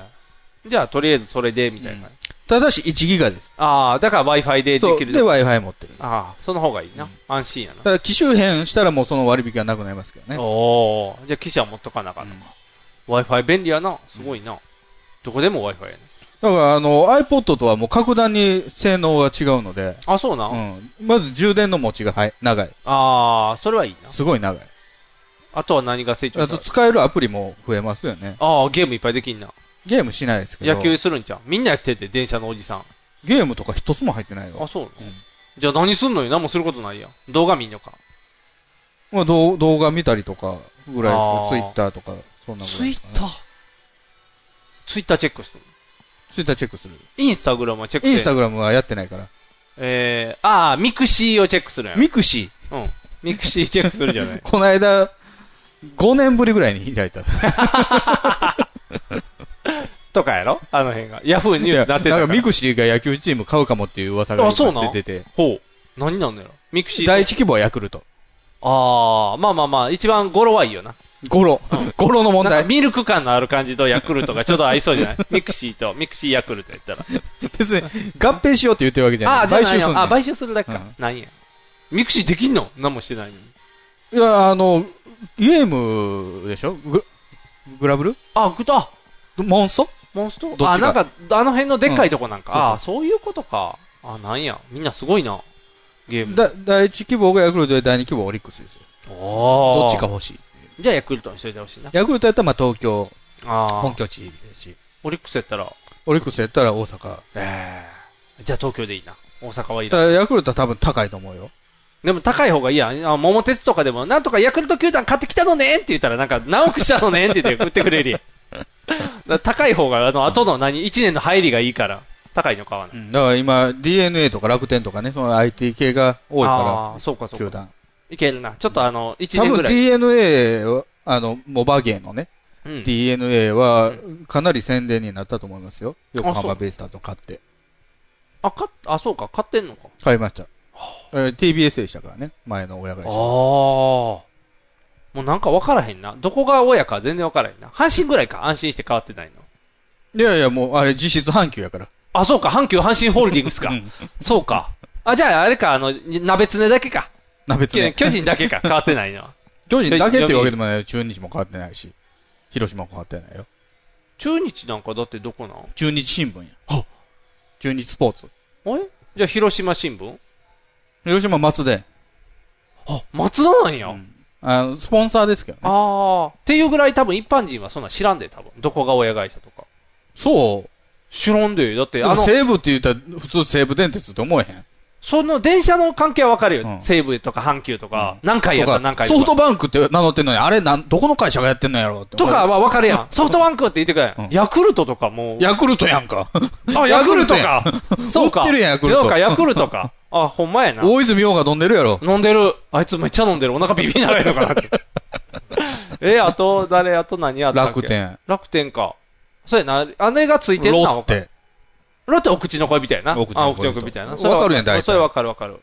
Speaker 2: い。じゃあ、とりあえずそれで、みたいな。
Speaker 3: ただし1ギガです。
Speaker 2: ああ、だから Wi-Fi でで
Speaker 3: そう。
Speaker 2: きる。
Speaker 3: で、Wi-Fi 持ってる。
Speaker 2: ああ、その方がいいな。安心やな
Speaker 3: た。だ、機種変したらもうその割引はなくなりますけどね。
Speaker 2: おーじゃあ記者は持っとかなあかったか。Wi-Fi 便利やな。すごいな。どこでも Wi-Fi やね。
Speaker 3: だから、あの、iPod とはもう格段に性能が違うので、
Speaker 2: あ、そうな。
Speaker 3: うん。まず充電の持ちがはい長い。
Speaker 2: ああ、それはいいな。
Speaker 3: すごい長い。
Speaker 2: あとは何が成長
Speaker 3: あ
Speaker 2: した
Speaker 3: と、使えるアプリも増えますよね。
Speaker 2: ああ、ゲームいっぱいできんな。
Speaker 3: ゲームしないですけど。
Speaker 2: 野球するんじゃん。みんなやってて、電車のおじさん。
Speaker 3: ゲームとか一つも入ってないよ。
Speaker 2: あ、そうな。じゃあ何すんのよ。何もすることないやん。動画見んのか。
Speaker 3: まあ、動動画見たりとかぐらい
Speaker 2: あー
Speaker 3: ですか、ツイッターとか、そんなぐらいですかね、
Speaker 2: ツイッターチェックしてる。
Speaker 3: ツイッターチェックする。
Speaker 2: インスタグラムはチェック
Speaker 3: インスタ
Speaker 2: グ
Speaker 3: グラムはやってないから。
Speaker 2: えー、ああ、ミクシーをチェックするやん。
Speaker 3: ミクシ
Speaker 2: ーうん。ミクシーチェックするじゃ
Speaker 3: (laughs)
Speaker 2: ない。
Speaker 3: この間、5年ぶりぐらいに開いた。
Speaker 2: とかやろあの辺が。ヤフーニ
Speaker 3: い
Speaker 2: ュース
Speaker 3: や
Speaker 2: にな
Speaker 3: な
Speaker 2: っ
Speaker 3: ん
Speaker 2: てたか。
Speaker 3: からミクシーが野球チーム買うかもっていう噂が
Speaker 2: あそうなん
Speaker 3: 出てて。
Speaker 2: ほう。何なんのやろミクシーと。
Speaker 3: 第一規模はヤクルト。
Speaker 2: ああ、まあまあまあ、一番語呂はいいよな。
Speaker 3: ゴロ。ゴロの問
Speaker 2: なん
Speaker 3: 題
Speaker 2: か。ミルク感のある感じとヤクルトがちょうど合いそうじ
Speaker 3: (laughs)
Speaker 2: ゃないミクシーと、ミクシーヤクルトやったら。
Speaker 3: 別に合併しようって言ってるわけじゃない。
Speaker 2: ああ、じゃあ
Speaker 3: 買収する
Speaker 2: あ、買収するだけか。何や。ミクシーできんの何もしてないのに。
Speaker 3: いや、あの、ゲームでしょググラブル
Speaker 2: あ、グタ。
Speaker 3: モンスト
Speaker 2: モンス
Speaker 3: ど
Speaker 2: ト
Speaker 3: っちが
Speaker 2: あ、なんか、あの辺のでっかいとこなんか。
Speaker 3: うん
Speaker 2: ああ、そういうことか。あ、なんや。みんなすごいな。ゲーム。
Speaker 3: だ第一希望がヤクルトで第二希望はオリックスですよ。
Speaker 2: お
Speaker 3: ど
Speaker 2: ー
Speaker 3: っちか欲しい。
Speaker 2: じゃあヤクルトにしといてほしいな。
Speaker 3: ヤクルトやったらまあ東京、
Speaker 2: あー
Speaker 3: 本拠地ですし、
Speaker 2: オリックスやったら、
Speaker 3: オリックスやったら大阪。
Speaker 2: ええじゃあ東京でいいな。大阪はい
Speaker 3: だ
Speaker 2: ら
Speaker 3: か
Speaker 2: ん
Speaker 3: らヤクルトは多分高いと思うよ。
Speaker 2: でも高い方がいいやん。あ桃鉄とかでも、なんとかヤクルト球団買ってきたのねんって言ったら、なんか、何億したのねんって言って売ってくれるやん。だから高い方が、あの、後の何、1年の入りがいいから、高いの買わない。
Speaker 3: うんだから今、DNA とか楽天とかね、その IT 系が多い
Speaker 2: あ
Speaker 3: か
Speaker 2: ーそうかそ
Speaker 3: ら、
Speaker 2: う
Speaker 3: 球
Speaker 2: か
Speaker 3: 団。。
Speaker 2: いけるな。ちょっとあの、1
Speaker 3: 多
Speaker 2: 年ぐ
Speaker 3: 分
Speaker 2: らい。
Speaker 3: DNA は、あの、モバゲーのね、
Speaker 2: うん
Speaker 3: DNA はかなり宣伝になったと思いますよ。横
Speaker 2: あそう
Speaker 3: 浜ベイスターズを買って。
Speaker 2: あ、か、あ、そうか、買ってんのか。
Speaker 3: 買いました。えー TBS でしたからね、前の親会
Speaker 2: ああ。
Speaker 3: 社。
Speaker 2: もうなんか分からへんな。どこが親か全然分からへんな。阪神ぐらいか、安心して変わってないの。
Speaker 3: いやいや、もう、あれ、実質阪急やから。
Speaker 2: あ、そうか、阪急阪神ホールディングスか。そうか。あ、じゃああれか、あの、鍋つねだけか。
Speaker 3: 鍋つね
Speaker 2: 巨巨人だけか、変わってないのは。
Speaker 3: 巨人だけっていうわけでもないよ。中日も変わってないし、広島も変わってないよ。
Speaker 2: 中日なんかだってどこなん
Speaker 3: 中日新聞や。中日スポーツ。
Speaker 2: あれじゃあ広島新聞
Speaker 3: 広島松で。
Speaker 2: あ、松田なんや。
Speaker 3: あの、スポンサーですけどね。
Speaker 2: ああ。っていうぐらい多分一般人はそんなん知らんで、多分。どこが親会社とか。
Speaker 3: そう
Speaker 2: 知らんで、だって
Speaker 3: でも
Speaker 2: あの、
Speaker 3: 西武って言ったら普通西武電鉄って思えへん。
Speaker 2: その電車の関係はわかるよ。西武とか阪急とか、何回やったら何回と
Speaker 3: ソ
Speaker 2: か
Speaker 3: フトバンクって名乗ってんのに、あれなん、どこの会社がやってんのやろって。
Speaker 2: とかはわかるやん。ソフトバンクって言ってくれ、ヤクルトとかもう。
Speaker 3: ヤクルトやん
Speaker 2: (laughs)
Speaker 3: か。
Speaker 2: あ、ヤクルト
Speaker 3: ヤ
Speaker 2: か
Speaker 3: クルトや。ん
Speaker 2: (laughs) そうか。
Speaker 3: 売ってるやんヤクルト
Speaker 2: そうか、ヤクル
Speaker 3: (laughs)
Speaker 2: トか。あ、ほんまやな。
Speaker 3: 大泉洋が飲んでるやろ。
Speaker 2: 飲んでる。あいつめっちゃ飲んでる。お腹ビビになれるの
Speaker 3: (laughs)
Speaker 2: かなって。え、あと、誰、あと何やったっけ
Speaker 3: 楽天。
Speaker 2: 楽天か。そうやな。姉がついてんな。
Speaker 3: ロッテ。
Speaker 2: ロッテお口の恋人やな。
Speaker 3: お口
Speaker 2: あ
Speaker 3: の
Speaker 2: お口
Speaker 3: 恋人
Speaker 2: の恋人やな。
Speaker 3: わかるやん
Speaker 2: それは
Speaker 3: 大体
Speaker 2: それわかるわかる。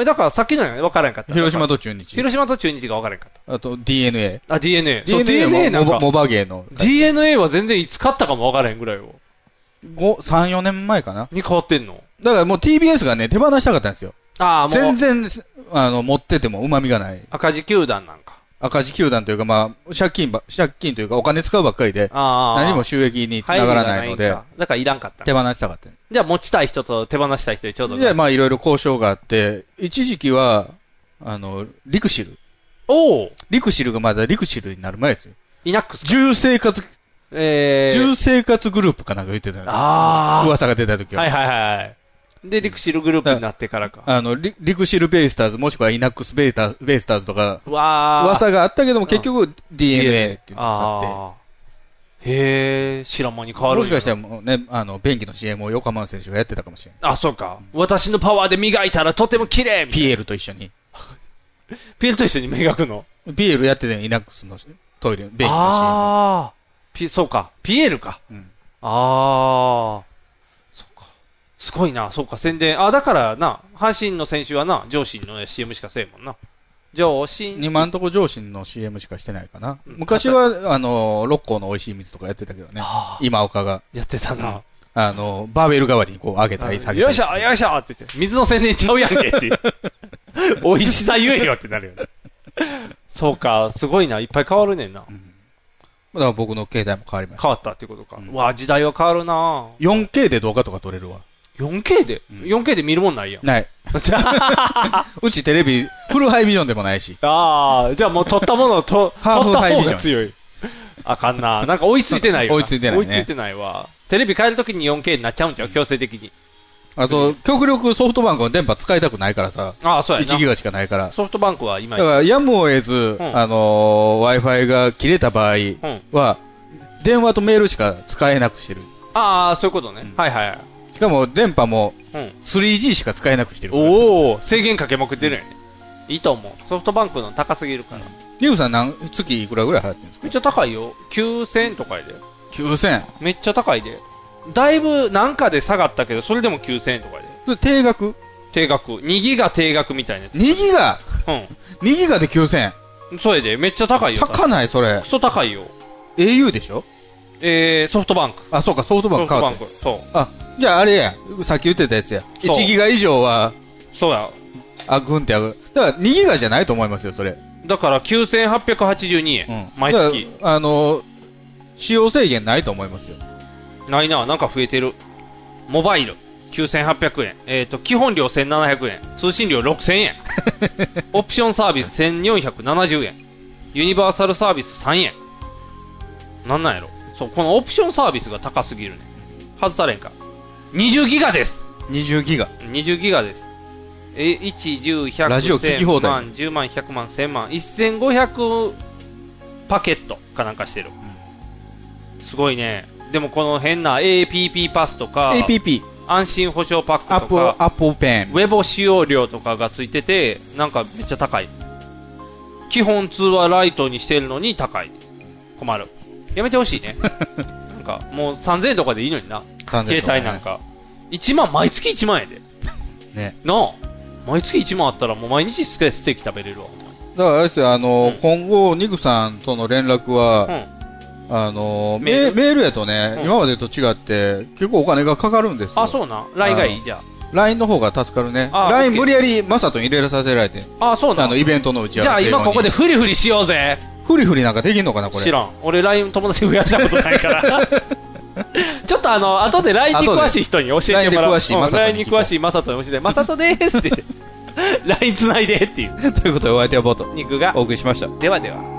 Speaker 2: えだからさっきのやんわからんかった。
Speaker 3: 広島と中日。
Speaker 2: 広島と中日がわからんかった。
Speaker 3: あと DNA。
Speaker 2: あ、DNA。そう
Speaker 3: DNA も
Speaker 2: DNA なん
Speaker 3: モ
Speaker 2: か
Speaker 3: バ。モバゲーの。
Speaker 2: DNA は全然いつ買ったかもわからへんぐらいよ。
Speaker 3: 5、3、4年前かな。
Speaker 2: に変わってんの
Speaker 3: だからもう TBS がね、手放したかったんですよ。
Speaker 2: ああ、もう。
Speaker 3: 全然、あの、持ってても旨味がない。
Speaker 2: 赤字球団なんか。
Speaker 3: 赤字球団というか、まあ、借金ば、借金というかお金使うばっかりで、
Speaker 2: ああ。
Speaker 3: 何も収益につながらないの
Speaker 2: 入り
Speaker 3: で
Speaker 2: がん、かだからいらんかった。
Speaker 3: 手放したかった。
Speaker 2: じゃあ持ちたい人と手放したい人でちょうど。
Speaker 3: で、まあ、いろいろ交渉があって、一時期は、あの、リクシル。
Speaker 2: おお
Speaker 3: リクシルがまだリクシルになる前ですよ。
Speaker 2: イナックス。
Speaker 3: 重生活、
Speaker 2: えー
Speaker 3: 重生活グループかなんか言ってたよね
Speaker 2: あー
Speaker 3: 噂が出た時は。
Speaker 2: はいはいはい。で、リクシルグループになってからか。
Speaker 3: あの、リリクシルベイスターズ、もしくはイナックスベイタベイスターズとか、
Speaker 2: わー。
Speaker 3: 噂があったけども、結局 DNA っていうのがあっ
Speaker 2: あー。へー、知らん間に変わ
Speaker 3: て、
Speaker 2: るんや。
Speaker 3: もしかしたらもうね、あの、便器の CM を横浜選手がやってたかもしれない。
Speaker 2: あ、そうか。私のパワーで磨いたらとても綺麗みたいな
Speaker 3: ピエールと一緒に。
Speaker 2: ピエールと一緒に磨くの
Speaker 3: ピエールやってたよ、イナックスのトイレ、便器の CM。
Speaker 2: ああ。ピ、そうか。ピエールか。ああ。そうか。すごいな。そうか。宣伝。あ、だからな、阪神の選手はな、上司の CM しかせえもんな。上司。
Speaker 3: 今んとこ上信の CM しかしてないかな。昔は、あの、六甲の美味しい水とかやってたけどね。今岡が。
Speaker 2: やってたな。
Speaker 3: あの、バーベル代わりにこう上げたり下げたり。
Speaker 2: よいしょ、よいしょって言って、水の宣伝ちゃうやんけっ
Speaker 3: (laughs)
Speaker 2: ていう。美味しさ言えよってなるよね。そうか、すごいな。いっぱい変わるねんな。
Speaker 3: だから僕の携帯も変わりました。
Speaker 2: 変わったっていうことか。うわ、時代は変わるな。
Speaker 3: 4K で動画とか撮れるわ。
Speaker 2: 4K で、4K で見るもんないやん。 (laughs)
Speaker 3: ない。うちテレビ、フルハイビジョンでもないし。
Speaker 2: ああ、じゃあもう取ったものをと、
Speaker 3: (laughs)
Speaker 2: 取
Speaker 3: ハーフ
Speaker 2: った
Speaker 3: ハイ
Speaker 2: 方
Speaker 3: ビジョ
Speaker 2: が
Speaker 3: ン
Speaker 2: 強い。あかんな。なんか追いついてないよ。
Speaker 3: 追いついてないね
Speaker 2: 追いついてないわ。テレビ変えるときに 4K になっちゃうんちゃう強制的に。
Speaker 3: あと、極力ソフトバンクの電波使いたくないからさ。
Speaker 2: ああ、そうやな。
Speaker 3: 1ギガしかないから。
Speaker 2: ソフトバンクは今
Speaker 3: だから、やむを得ず、
Speaker 2: ん
Speaker 3: あのー Wi-Fi が切れた場合は、電話とメールしか使えなくしてる。
Speaker 2: ああ、そういうことね。はいはいはい。
Speaker 3: しかも、電波も
Speaker 2: うん。
Speaker 3: 3G しか使えなくしてるから。
Speaker 2: おお制限かけまくってるよね。いいと思う。ソフトバンクの高すぎるから。
Speaker 3: リュウさんなん、月いくらぐらい払ってるんですか
Speaker 2: めっちゃ高いよ。9000円とかやで。
Speaker 3: ?9000。
Speaker 2: めっちゃ高いで。だいぶなんかで下がったけど、それでも9000円とかやで。
Speaker 3: それ定額
Speaker 2: 定額。2ギガ定額みたいなや
Speaker 3: ?2 ギガ
Speaker 2: つ。
Speaker 3: !2 ギガで9000。
Speaker 2: うん。それで、めっちゃ高いよ。
Speaker 3: 高ないそれ
Speaker 2: ク。ソ高いよ。
Speaker 3: au でしょ
Speaker 2: えー、ソフトバンク。
Speaker 3: あ、そうか、ソフトバンク買う
Speaker 2: ソフトバンク。
Speaker 3: あ、じゃああれや。さっき言ってたやつや。
Speaker 2: そう
Speaker 3: 1ギガ以上は、
Speaker 2: そうや。
Speaker 3: あぐんってあぐ。だから2ギガじゃないと思いますよ、それ。
Speaker 2: そう。だから9882円。毎月。
Speaker 3: だからあの、使用制限ないと思いますよ。
Speaker 2: ないな、なんか増えてる。モバイル、9800円。えっ、と、基本料1700円。通信料6000円。オプションサービス1470円。ユニバーサルサービス3円。なんなんやろ。そう、このオプションサービスが高すぎるね。外されんか。20ギガです。
Speaker 3: 20ギガ。
Speaker 2: 20ギガです。え、1、10、100、
Speaker 3: ラジオ聞き放題
Speaker 2: 1000万、10万、100万、1000万、1500パケットかなんかしてる。すごいね。でもこの変な APP パスとか、
Speaker 3: APP。
Speaker 2: 安心保証パック
Speaker 3: アッ
Speaker 2: と
Speaker 3: プ、
Speaker 2: か
Speaker 3: ア、ップペン。
Speaker 2: ウェボ使用料とかがついてて、なんかめっちゃ高い。基本通話ライトにしてるのに高い。困る。やめてほしい
Speaker 3: (laughs)
Speaker 2: ね。なんかもう3000円とかでいいのにな。
Speaker 3: 3000
Speaker 2: 携
Speaker 3: 円とかね
Speaker 2: 帯なんか。1万、毎月1万円で。
Speaker 3: ね。
Speaker 2: なあ。毎月1万あったらもう毎日ステステーキ食べれるわ。
Speaker 3: だからあれですよ、あの、今後、ニグさんとの連絡は、あのメ、メールやとね、今までと違って、結構お金がかかるんですよ。
Speaker 2: あ、そうな。ライがいいじゃあ。
Speaker 3: LINE の方が助かるね。
Speaker 2: あ
Speaker 3: LINE
Speaker 2: OK
Speaker 3: 無理やりマサトに入れさせられて。
Speaker 2: あ、そうな
Speaker 3: のイベントの打ち
Speaker 2: じ
Speaker 3: 合
Speaker 2: ゃ
Speaker 3: わ
Speaker 2: あ
Speaker 3: せのに。
Speaker 2: 今ここでフリフリしようぜ。
Speaker 3: フリフリなんかできんのかな、これ。
Speaker 2: 知らん。俺 LINE 友達増やしたことな
Speaker 3: (laughs)
Speaker 2: いから。ちょっとあの、後で LINE に詳しい人に教えてもらう。
Speaker 3: 後で LINE に詳しい
Speaker 2: うん
Speaker 3: マサトに聞こう
Speaker 2: LINE に詳しいマサトに教えて、マサトでーすって言って。LINE つないでっていう。
Speaker 3: ということで、お相手はボート。
Speaker 2: 肉が。
Speaker 3: お送りしました。
Speaker 2: ではでは。